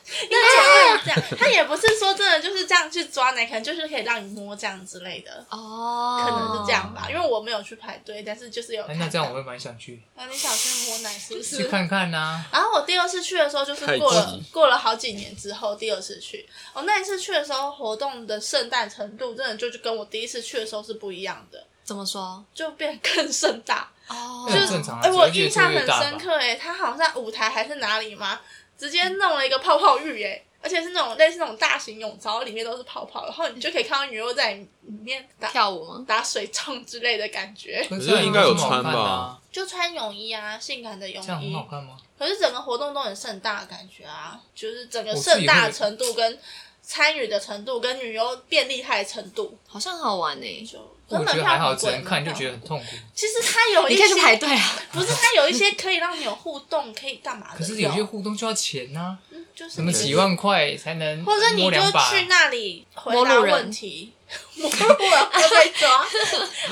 Speaker 3: 那姐会这样，他也不是说真的就是这样去抓奶，可能就是可以让你摸这样之类的。
Speaker 1: 哦，
Speaker 3: 可能是这样吧，因为我没有去排队，但是就是有
Speaker 4: 哎
Speaker 3: 看到。
Speaker 4: 那这样我会蛮想去
Speaker 3: 那你想去摸奶是不
Speaker 4: 去
Speaker 3: 是？
Speaker 4: 看看呐。
Speaker 3: 然后我第二次去的时候，就是过
Speaker 2: 太
Speaker 3: 了
Speaker 2: 急
Speaker 3: 过了好几年之后，第二次去。我、那一次去的时候，活动的盛大程度真的就就跟我第一次去的时候是不一样的，
Speaker 1: 怎么说？
Speaker 3: 就变得更盛大。
Speaker 1: 哦，
Speaker 4: 那
Speaker 3: 就
Speaker 4: 很
Speaker 3: 是
Speaker 4: 正常啊
Speaker 3: 哎、
Speaker 4: 只是
Speaker 3: 我
Speaker 4: 越
Speaker 3: 印
Speaker 4: 做
Speaker 3: 象
Speaker 4: 越
Speaker 3: 很
Speaker 4: 大
Speaker 3: 深
Speaker 4: 吧
Speaker 3: 刻哎、他好像在舞台还是哪里嘛，直接弄了一个泡泡浴哎、而且是那种类似那种大型泳池，里面都是泡泡，然后你就可以看到女优在里面打
Speaker 1: 跳舞吗？
Speaker 3: 打水仗之类的感觉。
Speaker 4: 可
Speaker 2: 可是应该有穿吧
Speaker 4: 这样很好看啊？
Speaker 3: 就穿泳衣啊，性感的
Speaker 4: 这
Speaker 3: 泳
Speaker 4: 样很
Speaker 3: 衣
Speaker 4: 好，看吗？
Speaker 3: 可是整个活动都很盛大的感觉啊，就是整个
Speaker 4: 我自
Speaker 3: 盛
Speaker 4: 己
Speaker 3: 大的
Speaker 4: 会
Speaker 3: 程度跟参与的程度跟女优变厉害的程度，
Speaker 1: 好像很好玩诶。
Speaker 3: 就
Speaker 4: 我
Speaker 3: 根
Speaker 4: 觉
Speaker 3: 本
Speaker 4: 得
Speaker 3: 票
Speaker 4: 还
Speaker 3: 很
Speaker 4: 好，
Speaker 3: 贵
Speaker 4: 只能看就觉得。
Speaker 3: 门
Speaker 4: 很
Speaker 3: 票
Speaker 4: 痛苦。
Speaker 3: 其实它有一
Speaker 1: 你
Speaker 3: 些
Speaker 1: 可以 去排队啊。
Speaker 3: 不是它有一些可以让你有互动，可以干嘛的？
Speaker 4: 可是有些互动就要钱呐，
Speaker 3: 嗯就是
Speaker 4: 什么
Speaker 3: 觉得
Speaker 4: 几，万块才能
Speaker 3: 或者你
Speaker 4: 摸
Speaker 3: 就
Speaker 4: 两把
Speaker 3: 去那里回
Speaker 1: 摸
Speaker 3: 答
Speaker 1: 路人
Speaker 3: 问题。 摸路人会被抓，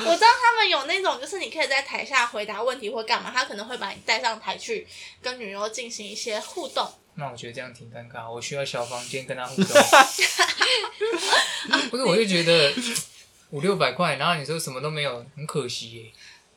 Speaker 3: 我知道他们有那种，就是你可以在台下回答问题或干嘛，他可能会把你带上台去跟女优进行一些互动。
Speaker 4: 那我觉得这样挺尴尬，我需要小房间跟他互动。 不是，我就觉得五六百块，然后你说什么都没有，很可惜欸耶。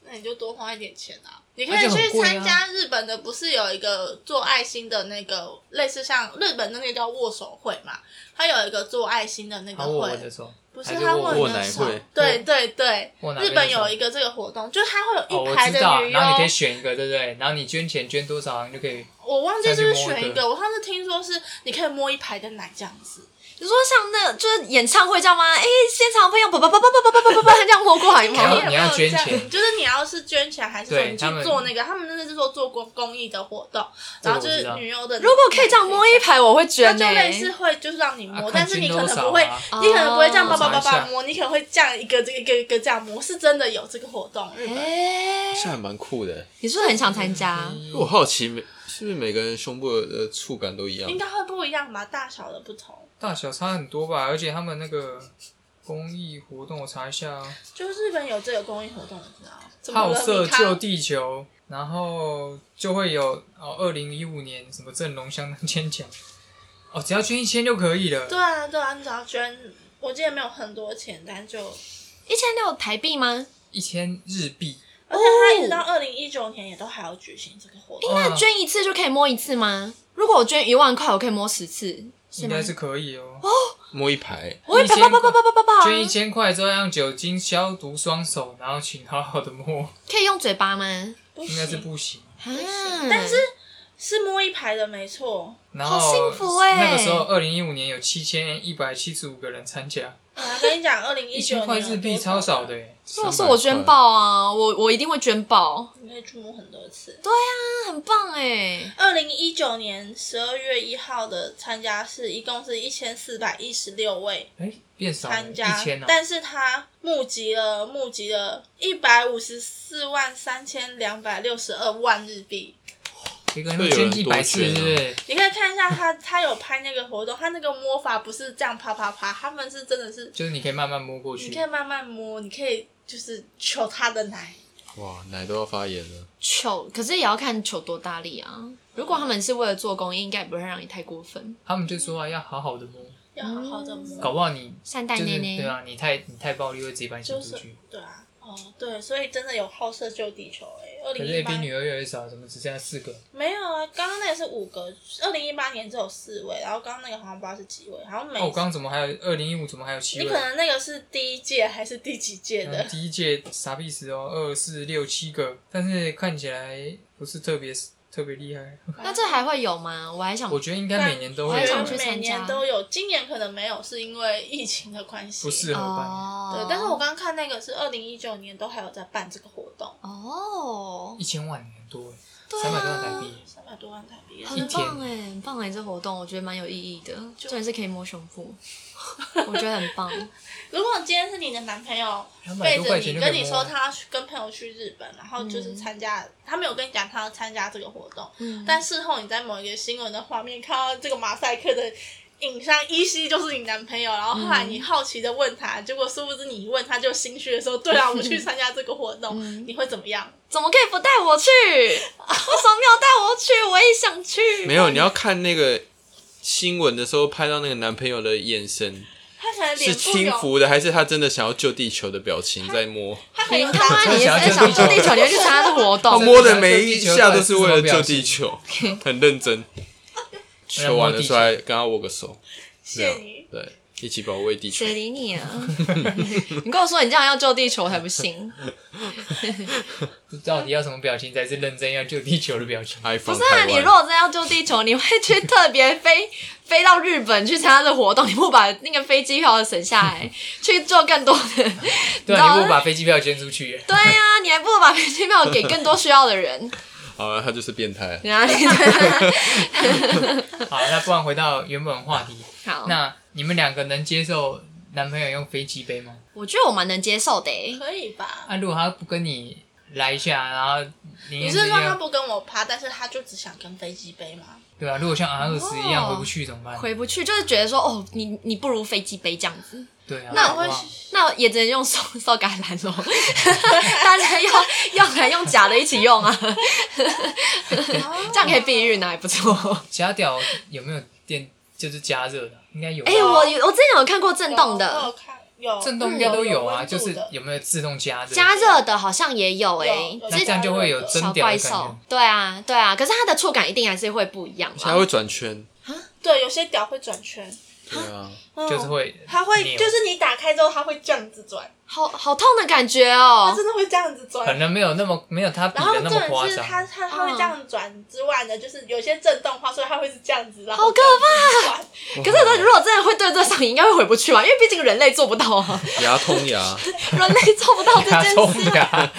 Speaker 3: 那你就多花一点钱啊！你可
Speaker 4: 而
Speaker 3: 以
Speaker 4: 且很
Speaker 3: 去
Speaker 4: 贵啊
Speaker 3: 参加日本的，不是有一个做爱心的那个，类似像日本的那个叫握手会嘛？它有一个做爱心的那个
Speaker 4: 他握我的
Speaker 3: 会，
Speaker 4: 手，
Speaker 3: 不
Speaker 4: 还
Speaker 3: 是
Speaker 4: 是
Speaker 3: 他
Speaker 4: 握
Speaker 3: 握
Speaker 2: 握
Speaker 3: 你的
Speaker 2: 奶
Speaker 3: 手啊
Speaker 2: 会，
Speaker 3: 对对对
Speaker 4: 握，哪
Speaker 3: 日
Speaker 4: 边
Speaker 3: 本
Speaker 4: 的手
Speaker 3: 有一个这个活动，就是它会
Speaker 4: 哦，
Speaker 3: 有一
Speaker 4: 我
Speaker 3: 排
Speaker 4: 知道
Speaker 3: 的，女优，
Speaker 4: 然后你可以选一个，对不对？然后你捐钱捐多少，好像就可以。
Speaker 3: 哦我忘记是不是
Speaker 4: 再去摸一
Speaker 3: 选一
Speaker 4: 个
Speaker 3: 个，我上次听说是你可以摸一排的奶这样子，
Speaker 1: 你说像那就是演唱会这样吗？哎，现场朋友叭叭叭叭叭叭叭叭叭这样摸过来
Speaker 4: 然后
Speaker 1: 吗？
Speaker 3: 看
Speaker 4: 你
Speaker 3: 有哦没
Speaker 4: 要
Speaker 3: 有
Speaker 4: 捐
Speaker 3: 这样
Speaker 4: 钱
Speaker 3: 就是你要是捐钱还是说
Speaker 4: 对
Speaker 3: 你去
Speaker 4: 他们
Speaker 3: 做那个，他们那是做做公公益的活动，
Speaker 4: 这
Speaker 3: 然
Speaker 4: 个
Speaker 3: 后就
Speaker 4: 我知
Speaker 3: 是
Speaker 4: 道
Speaker 3: 女优的，
Speaker 1: 如果可以这样摸一。排，我会
Speaker 3: 它
Speaker 1: 捐
Speaker 3: 就类似
Speaker 1: 诶。
Speaker 3: 会就是让你
Speaker 4: 啊
Speaker 3: 摸，
Speaker 4: 看
Speaker 3: 但是你
Speaker 4: 筋
Speaker 3: 可
Speaker 4: 多
Speaker 3: 能
Speaker 4: 少
Speaker 3: 不会
Speaker 4: 啊，
Speaker 3: 你可能不会这样叭
Speaker 1: 哦
Speaker 3: 叭叭
Speaker 4: 查一
Speaker 3: 叭
Speaker 4: 下
Speaker 3: 摸，你可能会这样一个这个一个一个这样摸，是真的有这个活动，日本
Speaker 1: 哎，
Speaker 2: 现在蛮酷的。
Speaker 1: 你是不是很想参加？
Speaker 3: 嗯
Speaker 4: 嗯
Speaker 2: 我好奇，每是不是每个人胸部的触感都一样
Speaker 4: 哎
Speaker 3: 应？该会不一样吧，大小的不同，
Speaker 4: 大小差很多吧，而且他们那个公益活动，我查一下啊，
Speaker 3: 就是日本有这个公益活动，你知道吗？怎么
Speaker 4: 好
Speaker 3: 了
Speaker 4: 色
Speaker 3: 米康
Speaker 4: 救地球，然后就会有哦，二零一五年什么振龙相当牵强，哦，只要捐一千就可以了。
Speaker 3: 对啊对啊，你只要捐，我记得没有很多钱，但就
Speaker 1: 一千六台币吗？
Speaker 4: 一千日币，
Speaker 3: 而且他一直到二零一九年也都还要举行这个活动，
Speaker 4: 哦
Speaker 1: 那捐一次就可以摸一次吗？如果我捐一万块，我可以摸十次，是
Speaker 4: 应
Speaker 1: 吗
Speaker 4: 该？是可以哦。
Speaker 2: 摸一排，
Speaker 1: 我会
Speaker 4: 一
Speaker 1: 啪
Speaker 4: 千
Speaker 1: 啪啪啪啪啪啪啪
Speaker 4: 捐，一千块之后，要用酒精消毒双手，然后请好好的摸，
Speaker 1: 可以用嘴巴吗？
Speaker 3: 不
Speaker 4: 应该是
Speaker 3: 行
Speaker 4: 不行。
Speaker 1: 啊
Speaker 3: 行但是是摸一排的，没错。
Speaker 4: 然
Speaker 1: 好
Speaker 4: 后
Speaker 1: 幸福欸
Speaker 4: 那个时候，二零一五年有七千一百七十五个人参加，
Speaker 3: 我啊跟你讲，二零一
Speaker 4: 一
Speaker 3: 九
Speaker 4: 千
Speaker 3: 年
Speaker 4: 块日币超少的，欸，
Speaker 1: 如果是我捐爆啊，我我一定会捐爆，啊
Speaker 3: 你可以去摸很多次。
Speaker 1: 那很棒哎！
Speaker 3: 二零一九年十二月一号的参加是一共是一千四百一十六位
Speaker 4: 哎，变少了
Speaker 3: 参
Speaker 4: 一
Speaker 3: 加，
Speaker 4: 千哦。
Speaker 3: 但是他募集了募集了一百五十四万三千两百六十二万日币。
Speaker 4: 一个人捐一百次，
Speaker 2: 会有
Speaker 4: 是
Speaker 2: 人
Speaker 4: 不
Speaker 2: 多啊
Speaker 4: 是？
Speaker 3: 你可以看一下他，他有拍那个活动，他那个摸法不是这样啪啪啪，他们是真的是，
Speaker 4: 就是你可以慢慢摸过
Speaker 3: 你
Speaker 4: 去
Speaker 3: 可，以慢慢摸，你可以就是求他的奶。
Speaker 2: 哇，奶都要发炎了。
Speaker 1: 球，可是也要看球多大力啊。如果他们是为了做公益，应该也不会让你太过分。
Speaker 4: 他们就说啊要好好的摸，
Speaker 3: 要好好的摸，
Speaker 4: 搞不好你
Speaker 1: 善待
Speaker 4: 就是
Speaker 1: 内内
Speaker 4: 对，啊，你太你太暴力会直接把你
Speaker 3: 就
Speaker 4: 请
Speaker 3: 是
Speaker 4: 出去。
Speaker 3: 对啊，哦对，所以真的有好色救地球哎、欸，二
Speaker 4: 可
Speaker 3: 零
Speaker 4: 是
Speaker 3: 一
Speaker 4: A
Speaker 3: 八
Speaker 4: B 女儿越来越少，怎么只剩下四个？
Speaker 3: 没有啊，刚刚那个是五个，二零一八年只有四位，然后刚刚那个好像不知道是几位，好像每、
Speaker 4: 哦，我刚刚怎么还有二零一五怎么还有七
Speaker 3: 你
Speaker 4: 位
Speaker 3: 可？能那个是第一届还是第几届的
Speaker 4: 嗯，第一届傻逼死哦，二四六七个，但是看起来不是特别特别厉害。
Speaker 3: 哦
Speaker 1: 那这还会有吗？我还想
Speaker 4: 我觉得应该每年都
Speaker 1: 我
Speaker 4: 会
Speaker 1: 还
Speaker 4: 有
Speaker 1: 想
Speaker 4: 人
Speaker 1: 去参加
Speaker 3: 每年都有，今年可能没有，是因为疫情的关系。
Speaker 4: 不适合办。
Speaker 1: 哦，
Speaker 3: 对，但是我刚刚看那个是二零一九年都还有在办这个活动，
Speaker 1: 哦，
Speaker 4: 一千万很多欸，
Speaker 1: 对啊
Speaker 4: 三百多万台币。
Speaker 3: 三百多万台币。
Speaker 1: 很
Speaker 4: 天
Speaker 1: 棒哎，很棒哎，这活动我觉得蛮有意义的，重点是可以摸胸 部，我觉得很棒。
Speaker 3: 如果今天是你的男朋友
Speaker 4: 两百
Speaker 3: 背
Speaker 4: 多
Speaker 3: 着
Speaker 4: 块钱
Speaker 3: 你
Speaker 4: 就可
Speaker 3: 跟
Speaker 4: 以
Speaker 3: 你
Speaker 4: 摸
Speaker 3: 说
Speaker 4: 了。
Speaker 3: 他要去跟朋友去日本，然后就是参加，他没有跟你讲他要参加这个活动，
Speaker 1: 嗯
Speaker 3: 但事后你在某一个新闻的画面看到这个马赛克的影像，依稀就是你男朋友，然后后来你好奇的问他，结果殊不知你一问他就心虚的说，对啊，我去参加这个活动，
Speaker 1: 嗯
Speaker 3: 你会怎么样？
Speaker 1: 怎么可以不带我去？为什么没有带我去？我也想去。
Speaker 2: 没有，你要看那个新闻的时候拍到那个男朋友的眼神，
Speaker 3: 他可能
Speaker 2: 是
Speaker 3: 脸部
Speaker 2: 轻
Speaker 3: 有，
Speaker 2: 浮的，还是他真的想要救地球的表情在摸？
Speaker 3: 他可能
Speaker 1: 你
Speaker 3: 有
Speaker 1: 他妈，你也是想做地球，你会去参加这活
Speaker 2: 他
Speaker 1: 动？
Speaker 2: 摸的每一下都是为了救地球， 很认真。求完了出来跟他握个手，这
Speaker 3: 谢
Speaker 2: 样
Speaker 3: 你。
Speaker 2: 对，一起保卫地球
Speaker 1: 谁。理你啊？ 你跟我说你这样要救地球，我才不信。
Speaker 4: 到底要什么表情才是认真要救地球的表情？
Speaker 1: 不
Speaker 2: iPhone
Speaker 1: 是啊，你如果真的要救地球，你会去特别飞 飞到日本去参加这活动，你不把那个飞机票省下来， 去做更多的？
Speaker 4: 对
Speaker 1: 你知道
Speaker 4: 啊，你不如把飞机票捐出去耶。
Speaker 1: 对呀、你还不如把飞机票给更多需要的人。
Speaker 2: 好了，他就是变态。
Speaker 1: 然后你
Speaker 4: 好，那不然回到原本话题，
Speaker 1: 好，
Speaker 4: 那你们两个能接受男朋友用飞机杯吗？
Speaker 1: 我觉得我蛮能接受的欸、
Speaker 3: 可以吧？
Speaker 4: 啊，如果他不跟你来一下，然后嗯你
Speaker 3: 你是说他不跟我趴，但是他就只想跟飞机杯吗？
Speaker 4: 对啊吧、如果像 R 二十一样
Speaker 1: 哦
Speaker 4: 回不去怎么办？
Speaker 1: 回不去，就是觉得说，哦，你你不如飞机杯这样子，
Speaker 4: 对啊，
Speaker 1: 那
Speaker 4: 好不
Speaker 3: 我
Speaker 4: 好
Speaker 3: 会
Speaker 1: 那也只能用手 手橄榄喽。大家要要来用假的一起用啊，
Speaker 3: 哦
Speaker 1: 这样可以避孕啊，还不错。
Speaker 4: 假屌有没有电就是加热的？应该有吧。
Speaker 1: 哎、我我之前有看过震动
Speaker 3: 有哦我
Speaker 1: 的
Speaker 3: 有，看有
Speaker 4: 震动应该都有啊，
Speaker 3: 温
Speaker 4: 就
Speaker 3: 度
Speaker 4: 是
Speaker 3: 的
Speaker 4: 有没有自动加热？
Speaker 1: 加热的好像也有哎、
Speaker 3: 有
Speaker 4: 那
Speaker 1: 这
Speaker 4: 这样就会有
Speaker 1: 小
Speaker 4: 真屌
Speaker 1: 怪
Speaker 4: 的感觉
Speaker 1: 兽。，对啊对啊，可是它的触感一定还是会不一样
Speaker 2: 他
Speaker 1: 嘛。
Speaker 2: 会转圈，
Speaker 3: 对，有些屌会转圈，
Speaker 2: 对啊，
Speaker 3: 嗯
Speaker 4: 就是会
Speaker 3: 它会
Speaker 4: 扭
Speaker 3: 就是你打开之后，它会这样子转，
Speaker 1: 好好痛的感觉哦
Speaker 3: 它、真的会这样子转
Speaker 4: 可。能没有那么没有他比
Speaker 3: 然后
Speaker 4: 的
Speaker 3: 重
Speaker 4: 那么夸
Speaker 3: 点是
Speaker 4: 张。
Speaker 3: 它它它会这样转之外呢，就是有些震动的话，所以它会是这样子，然后
Speaker 1: 好可
Speaker 3: 怕。
Speaker 1: 可是如果真的会对这上瘾，应该会回不去吧？因为毕竟人类做不到啊，
Speaker 2: 牙通 牙，
Speaker 1: 人类做不到这
Speaker 4: 他
Speaker 1: 件
Speaker 4: 冲
Speaker 1: 事。
Speaker 4: 牙，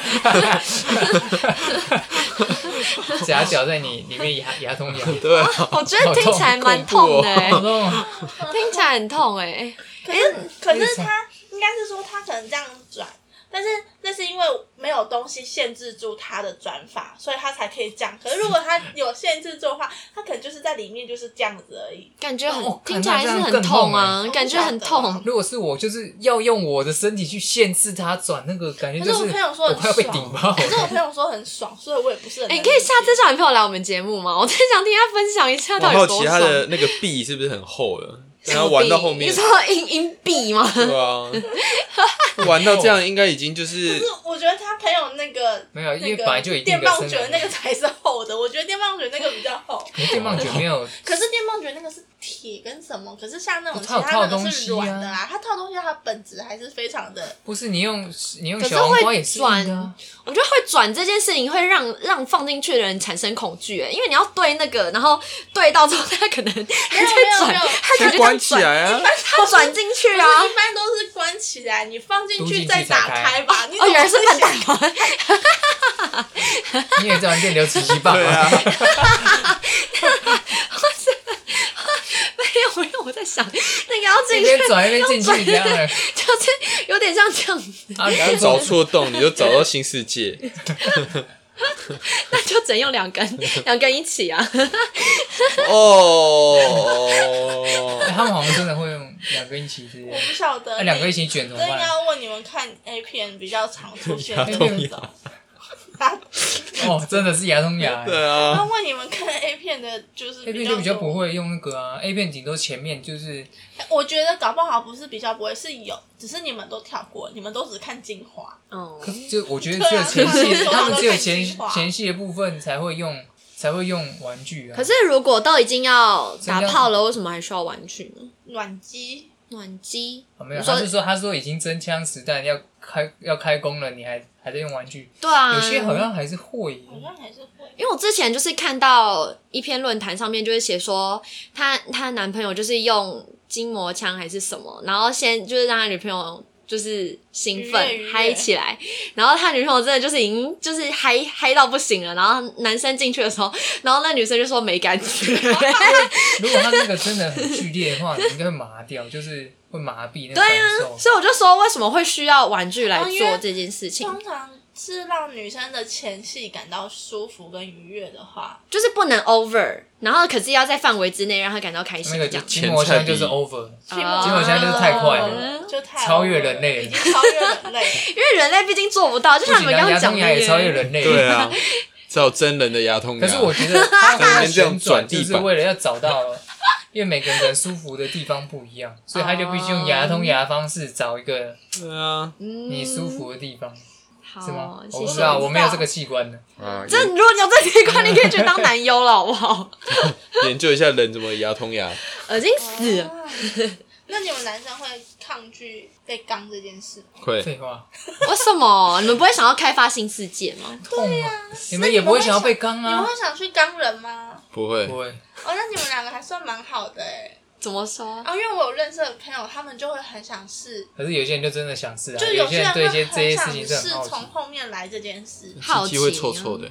Speaker 4: 假脚在你里面牙牙痛牙，
Speaker 2: 对啊，
Speaker 1: 我觉得听起来蛮痛的、欸，
Speaker 4: 好哦痛！
Speaker 1: 听起来很痛哎、
Speaker 3: 可是可
Speaker 4: 那
Speaker 3: 是
Speaker 4: 个转
Speaker 3: 它应该是说它可能这样转，但是那是因为没有东西限制住它的转法，所以它才可以这样。可是如果它有限制住的话，它可能就是在里面就是这样子而已。
Speaker 1: 感觉很、
Speaker 4: 哦
Speaker 1: 听起来是很痛啊，感
Speaker 3: 感
Speaker 1: 觉
Speaker 3: 觉
Speaker 1: 很
Speaker 3: 很
Speaker 1: 痛
Speaker 2: 哦
Speaker 3: 痛。
Speaker 4: 如果是我，就是要用我的身体去限制他转，那个感觉哎就
Speaker 3: 可是我朋友说
Speaker 4: 我
Speaker 3: 很
Speaker 4: 快要被顶爆
Speaker 3: 可是我
Speaker 4: 了。
Speaker 3: 朋友说很爽，所以我也不是很
Speaker 1: 哎、
Speaker 3: 能理
Speaker 1: 你
Speaker 3: 解。
Speaker 1: 可以下次叫你朋友来我们节目吗？我真想听他分享一下
Speaker 2: 我
Speaker 1: 到底
Speaker 2: 好
Speaker 1: 有
Speaker 2: 奇
Speaker 1: 多
Speaker 2: 他
Speaker 1: 爽。
Speaker 2: 的那个臂是不是很厚 了？然后玩到后面
Speaker 1: 你，说硬硬币吗？
Speaker 2: 对啊，玩到这样应该已经就是
Speaker 3: 我觉得他朋友那
Speaker 4: 没有因为
Speaker 3: 那个
Speaker 4: 本来就有一定
Speaker 3: 电
Speaker 4: 的
Speaker 3: 棒
Speaker 4: 深
Speaker 3: 卷
Speaker 4: 蓝
Speaker 3: 那个才是厚的，我觉得电棒卷那个比较厚。
Speaker 4: 可是电棒卷没有，
Speaker 3: 可是电棒卷那个是铁跟什么？可是像那种
Speaker 4: 不
Speaker 3: 其
Speaker 4: 它有
Speaker 3: 他那
Speaker 4: 套东
Speaker 3: 个
Speaker 4: 西
Speaker 3: 是软的
Speaker 4: 啊
Speaker 3: 啊，它套东西它本质还是非常的。
Speaker 4: 不是你用你用
Speaker 1: 可是
Speaker 4: 小黄瓜
Speaker 1: 会
Speaker 4: 也是硬的啊
Speaker 1: 转，我觉得会转这件事情会让让放进去的人产生恐惧，哎，因为你要对那个，然后对到之后他可能还在
Speaker 3: 没有
Speaker 1: 转
Speaker 3: 没有，
Speaker 1: 他可能就
Speaker 2: 就关起
Speaker 1: 这样转，
Speaker 2: 来啊！
Speaker 1: 他转进去啊，
Speaker 3: 一般都是关起来，你放进
Speaker 4: 丢进去
Speaker 3: 去再打
Speaker 4: 才开
Speaker 3: 开吧。你
Speaker 1: 哦，原来是
Speaker 3: 总
Speaker 1: 半
Speaker 3: 想
Speaker 1: 打开，
Speaker 4: 你也在玩电流磁吸 棒
Speaker 2: 对啊，
Speaker 1: 没有没有，我在想那个要进
Speaker 4: 一
Speaker 1: 去
Speaker 4: 边转一边进去这样 的，
Speaker 1: 就是有点像这样，
Speaker 4: 啊，
Speaker 2: 然后
Speaker 4: 两
Speaker 2: 找
Speaker 4: 种
Speaker 2: 错洞，你就找到新世界。
Speaker 1: 那就只能用两 根，两根一起啊。
Speaker 2: 哦，
Speaker 4: 他们好像真的会用两个一起之类的
Speaker 3: 我，不晓得
Speaker 4: 那
Speaker 3: 你，
Speaker 4: 两个一起卷怎
Speaker 3: 这
Speaker 4: 么
Speaker 3: 应该
Speaker 4: 办？
Speaker 3: 要问你们看 A 片比较常出现
Speaker 2: 牙
Speaker 3: 的
Speaker 4: 痛
Speaker 3: 那
Speaker 2: 牙
Speaker 3: 种。啊
Speaker 4: 哦，真的是牙痛牙欸。
Speaker 2: 对
Speaker 3: 那
Speaker 2: 啊，
Speaker 3: 问你们看 A 片的，就是
Speaker 4: A 片就比较不
Speaker 3: 多。
Speaker 4: 会用那个啊，A 片顶多前面就是
Speaker 3: 我觉得搞不好不是比较不会，是有，只是你们都跳过，你们都只看精华。
Speaker 1: 哦，
Speaker 4: 可是就我觉得
Speaker 3: 对啊
Speaker 4: 只有前戏，
Speaker 3: 对啊
Speaker 4: 他们只有前
Speaker 3: 都看精华
Speaker 4: 前戏的部分才会用才会用玩具啊。
Speaker 1: 可是如果都已经要打
Speaker 4: 真的
Speaker 1: 炮了，为什么还需要玩具呢？
Speaker 3: 暖机，
Speaker 1: 暖机
Speaker 4: 哦、没有，
Speaker 1: 你说
Speaker 4: 他是说他说已经真枪实弹要开要开工了，你还还在用玩具，
Speaker 1: 对啊，
Speaker 4: 有些好像还是会耶。
Speaker 3: 好像还是会。
Speaker 1: 因为我之前就是看到一篇论坛上面就是写说，她她男朋友就是用筋膜枪还是什么，然后先就是让他女朋友。就是兴奋
Speaker 3: 愉悦愉悦
Speaker 1: 嗨起来，然后他女朋友真的就是已经就是嗨嗨到不行了，然后男生进去的时候，然后那女生就说没感 觉，
Speaker 4: 如果他那个真的很剧烈的话，你应该会麻掉，就是会麻痹那个
Speaker 1: 对
Speaker 4: 感
Speaker 1: 啊，
Speaker 4: 受。
Speaker 1: 所以我就说为什么会需要玩具来
Speaker 3: 哦因为
Speaker 1: 做这件事情，
Speaker 3: 通常是让女生的前戏感到舒服跟愉悦的
Speaker 4: 啊
Speaker 3: 话，
Speaker 1: 就是不能 over，然后可是要在范围之内让他感到开心
Speaker 4: 那
Speaker 1: 这
Speaker 4: 个就
Speaker 1: 样。
Speaker 4: 筋膜枪就是 over，
Speaker 3: 筋膜
Speaker 1: 筋膜
Speaker 4: 枪就是太快
Speaker 1: 了
Speaker 3: 嗯就太
Speaker 4: 超越人类了
Speaker 3: 已经超越人类了。
Speaker 1: 因为人类毕竟做不到，就
Speaker 4: 不
Speaker 1: 像你
Speaker 4: 仅
Speaker 1: 们
Speaker 4: 牙
Speaker 1: 刚
Speaker 4: 牙
Speaker 1: 刚讲
Speaker 4: 痛
Speaker 1: 的，
Speaker 4: 牙也超越人类。
Speaker 2: 对啊，只有真人的牙痛牙。
Speaker 4: 可是我觉得他
Speaker 2: 在那
Speaker 4: 的
Speaker 2: 边这
Speaker 4: 旋
Speaker 2: 样转
Speaker 4: 转
Speaker 2: 地
Speaker 4: 就
Speaker 2: 板
Speaker 4: 是为了要找到，因为每个人的舒服的地方不一样，所以他就必须用牙通牙的方式找一个
Speaker 2: 对啊，
Speaker 1: 嗯
Speaker 4: 你舒服的地方，是
Speaker 1: 好
Speaker 4: 吗，？我
Speaker 1: 嗯哦谢
Speaker 4: 不知
Speaker 1: 谢。
Speaker 4: 道，我没有这个器官的。
Speaker 2: 啊，
Speaker 1: 这如果你有这习惯，你可以去当男优了，好不 好？
Speaker 2: 研研究一下人怎么牙痛牙。
Speaker 1: 恶心死了！
Speaker 3: 啊 那你们男生会抗拒被刚这件事吗？
Speaker 2: 会，
Speaker 4: 废话，
Speaker 1: 为什么你们不会想要开发新世界吗？
Speaker 4: 痛啊！你们也不会想要被刚
Speaker 3: 你们
Speaker 4: 啊？
Speaker 3: 会想去刚人吗？
Speaker 2: 不会
Speaker 4: 不，会，
Speaker 3: 哦，那你们两个还算蛮好的哎、
Speaker 1: 怎么说？
Speaker 3: 啊，因为我有认识的朋友，他们就会很想试，
Speaker 4: 可是有些人就真的想试啊，
Speaker 3: 就
Speaker 4: 有
Speaker 3: 些
Speaker 4: 人
Speaker 3: 人会
Speaker 4: 对一些这
Speaker 3: 很
Speaker 4: 些事
Speaker 3: 想
Speaker 4: 情
Speaker 3: 试
Speaker 4: 是很好奇
Speaker 3: 从。后面来这件事。
Speaker 1: 好奇
Speaker 2: 鸡鸡
Speaker 1: 啊
Speaker 2: 会臭臭的。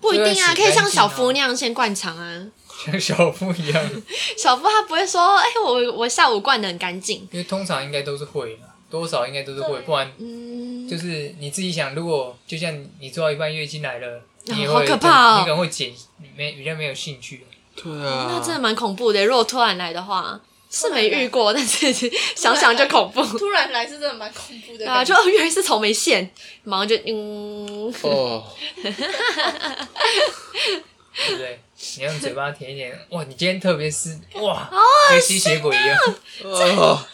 Speaker 1: 不一
Speaker 4: 对啊
Speaker 1: 定啊，
Speaker 4: 洗
Speaker 1: 可以
Speaker 4: 干
Speaker 1: 像
Speaker 4: 净
Speaker 1: 小
Speaker 4: 啊
Speaker 1: 夫那样先灌肠啊。
Speaker 4: 像小夫一样，
Speaker 1: 小夫他不会说，哎、我我下午灌的很干净。
Speaker 4: 因为通常应该都是会的，多少应该都是会，
Speaker 3: 对
Speaker 4: 不然
Speaker 1: 嗯，
Speaker 4: 就是你自己想，如果就像你做到一半月经来了，你也会、
Speaker 1: 好可怕哦
Speaker 4: 你可能会减，没比较没有兴趣。
Speaker 2: 对
Speaker 1: 哦那真的
Speaker 2: 啊，
Speaker 1: 蛮恐怖的。如果突然来的话，是没遇过，但是想
Speaker 3: 然
Speaker 1: 想就恐怖。
Speaker 3: 突然来是真的蛮恐怖的
Speaker 1: 对
Speaker 3: 感觉。
Speaker 1: 啊，就哦原来是草莓线，马上就嗯，
Speaker 2: 哦，
Speaker 4: 对不对？你用嘴巴舔一舔，哇，你今天特别湿，哇，
Speaker 1: 哦
Speaker 4: 跟吸血鬼一样。
Speaker 2: 哦，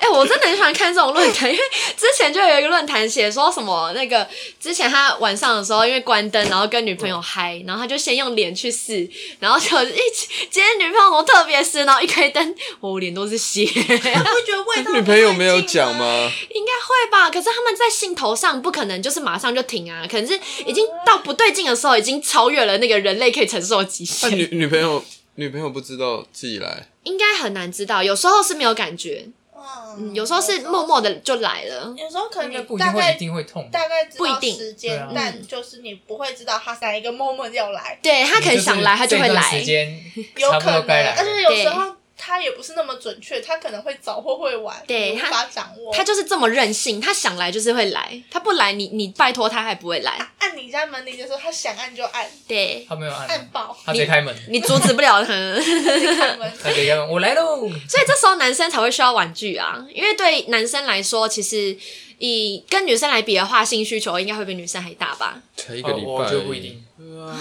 Speaker 1: 哎、我真的很喜欢看这种论 坛，因为之前就有一个论坛写说什么那个之前他晚上的时候因为关灯，然后跟女朋友嗨，然后他就先用脸去试，然后就一起今天女朋友怎么特别湿，然后一开灯，我脸都是血。
Speaker 3: 你不觉得味道
Speaker 2: 女朋友没有
Speaker 1: 啊
Speaker 2: 讲？吗？
Speaker 1: 应该会吧，可是他们在兴头上不可能就是马上就停啊，可能是已经到不对劲的时候，已经超越了那个人类可以承受的极
Speaker 2: 那
Speaker 1: 限，
Speaker 2: 女女朋友女朋友不知道自己来，
Speaker 1: 应该很难知道。有时候是没有感觉，
Speaker 3: 嗯
Speaker 1: 嗯，有时候是默，默的就来了。
Speaker 3: 有时候可能
Speaker 4: 应该
Speaker 3: 你
Speaker 4: 不一定
Speaker 3: 大
Speaker 4: 会一
Speaker 3: 概
Speaker 4: 定会痛，
Speaker 3: 大概知
Speaker 1: 不一
Speaker 3: 道
Speaker 1: 定
Speaker 3: 时
Speaker 4: 对
Speaker 3: 间
Speaker 4: 啊，
Speaker 3: 但就是你不会知道他哪一个 moment 要来，
Speaker 1: 对他可能想来，他就会
Speaker 4: 这段时
Speaker 1: 来。
Speaker 4: 间
Speaker 3: 有
Speaker 4: 差不
Speaker 3: 可
Speaker 4: 多
Speaker 3: 能
Speaker 4: 该，来
Speaker 3: 而
Speaker 4: 了。
Speaker 3: 且有时候他也不是那么准确，他可能会早或会晚，
Speaker 1: 对
Speaker 3: 你无
Speaker 1: 他
Speaker 3: 法掌握。
Speaker 1: 他就是这么任性，他想来就是会来，他不来你你拜托他还不会来，
Speaker 3: 按你家门铃的时候，他想按就按，
Speaker 1: 对
Speaker 4: 他没有
Speaker 3: 按
Speaker 4: 按，
Speaker 3: 爆，
Speaker 4: 他直接开门，
Speaker 1: 你阻止不了他。
Speaker 3: 开门。
Speaker 4: 他直接开门，我来喽。
Speaker 1: 所以这时候男生才会需要玩具啊，因为对男生来说，其实以跟女生来比的话，性需求应该会比女生还大吧。
Speaker 2: 才一
Speaker 4: 哦
Speaker 2: 个礼拜，
Speaker 4: 我觉得不一定。
Speaker 2: 对啊，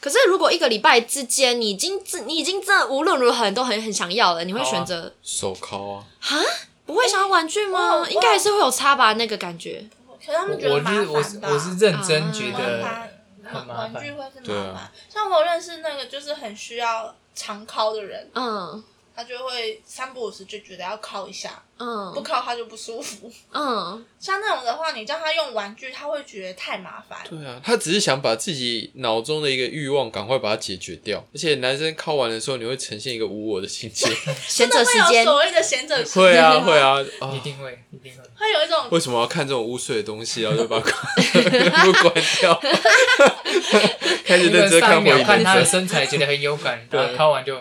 Speaker 1: 可是如果一个礼拜之间，你已经自你已经真的无论如何你都很很想要了，你会
Speaker 4: 好啊
Speaker 1: 选择
Speaker 2: 手铐啊，
Speaker 1: 不会想要玩具
Speaker 3: 哇
Speaker 1: 吗？
Speaker 3: 哇
Speaker 1: 应该还是会有差吧，那个感觉。
Speaker 3: 可是他
Speaker 4: 我
Speaker 3: 们觉得麻
Speaker 4: 是我是
Speaker 3: 烦吧？
Speaker 4: 我是认
Speaker 1: 嗯
Speaker 4: 真觉
Speaker 3: 玩
Speaker 4: 得
Speaker 3: 它，
Speaker 4: 很麻
Speaker 3: 玩
Speaker 4: 烦
Speaker 3: 具会是
Speaker 2: 对
Speaker 3: 麻
Speaker 2: 啊
Speaker 3: 烦。像我有认识那个就是很需要常敲的人，
Speaker 1: 嗯
Speaker 3: 他就会三不五时就觉得要敲一下，不
Speaker 1: 嗯
Speaker 3: 敲他就不舒服。
Speaker 1: 嗯，
Speaker 3: 像那种的话，你叫他用玩具，他会觉得太麻烦。
Speaker 2: 对啊，他只是想把自己脑中的一个欲望赶快把它解决掉，而且男生靠完的时候，你会呈现一个无我的境 界。
Speaker 1: 闲着
Speaker 3: 真的
Speaker 1: 时
Speaker 3: 会有
Speaker 1: 间，
Speaker 3: 所谓的闲者时间
Speaker 2: 会 啊，
Speaker 3: 吗
Speaker 2: 会，啊，
Speaker 4: 一
Speaker 2: 啊，
Speaker 4: 定会，一定会。
Speaker 3: 会有一种
Speaker 2: 为什么要看这种污水的东西，然后就把它全部关 掉，开始
Speaker 4: 因
Speaker 2: 认
Speaker 4: 为
Speaker 2: 真
Speaker 4: 上
Speaker 2: 看
Speaker 4: 一
Speaker 2: 我
Speaker 4: 秒
Speaker 2: 的
Speaker 4: 看他的
Speaker 2: 人生。
Speaker 4: 身材觉得很有感，
Speaker 2: 对
Speaker 4: 然后敲完就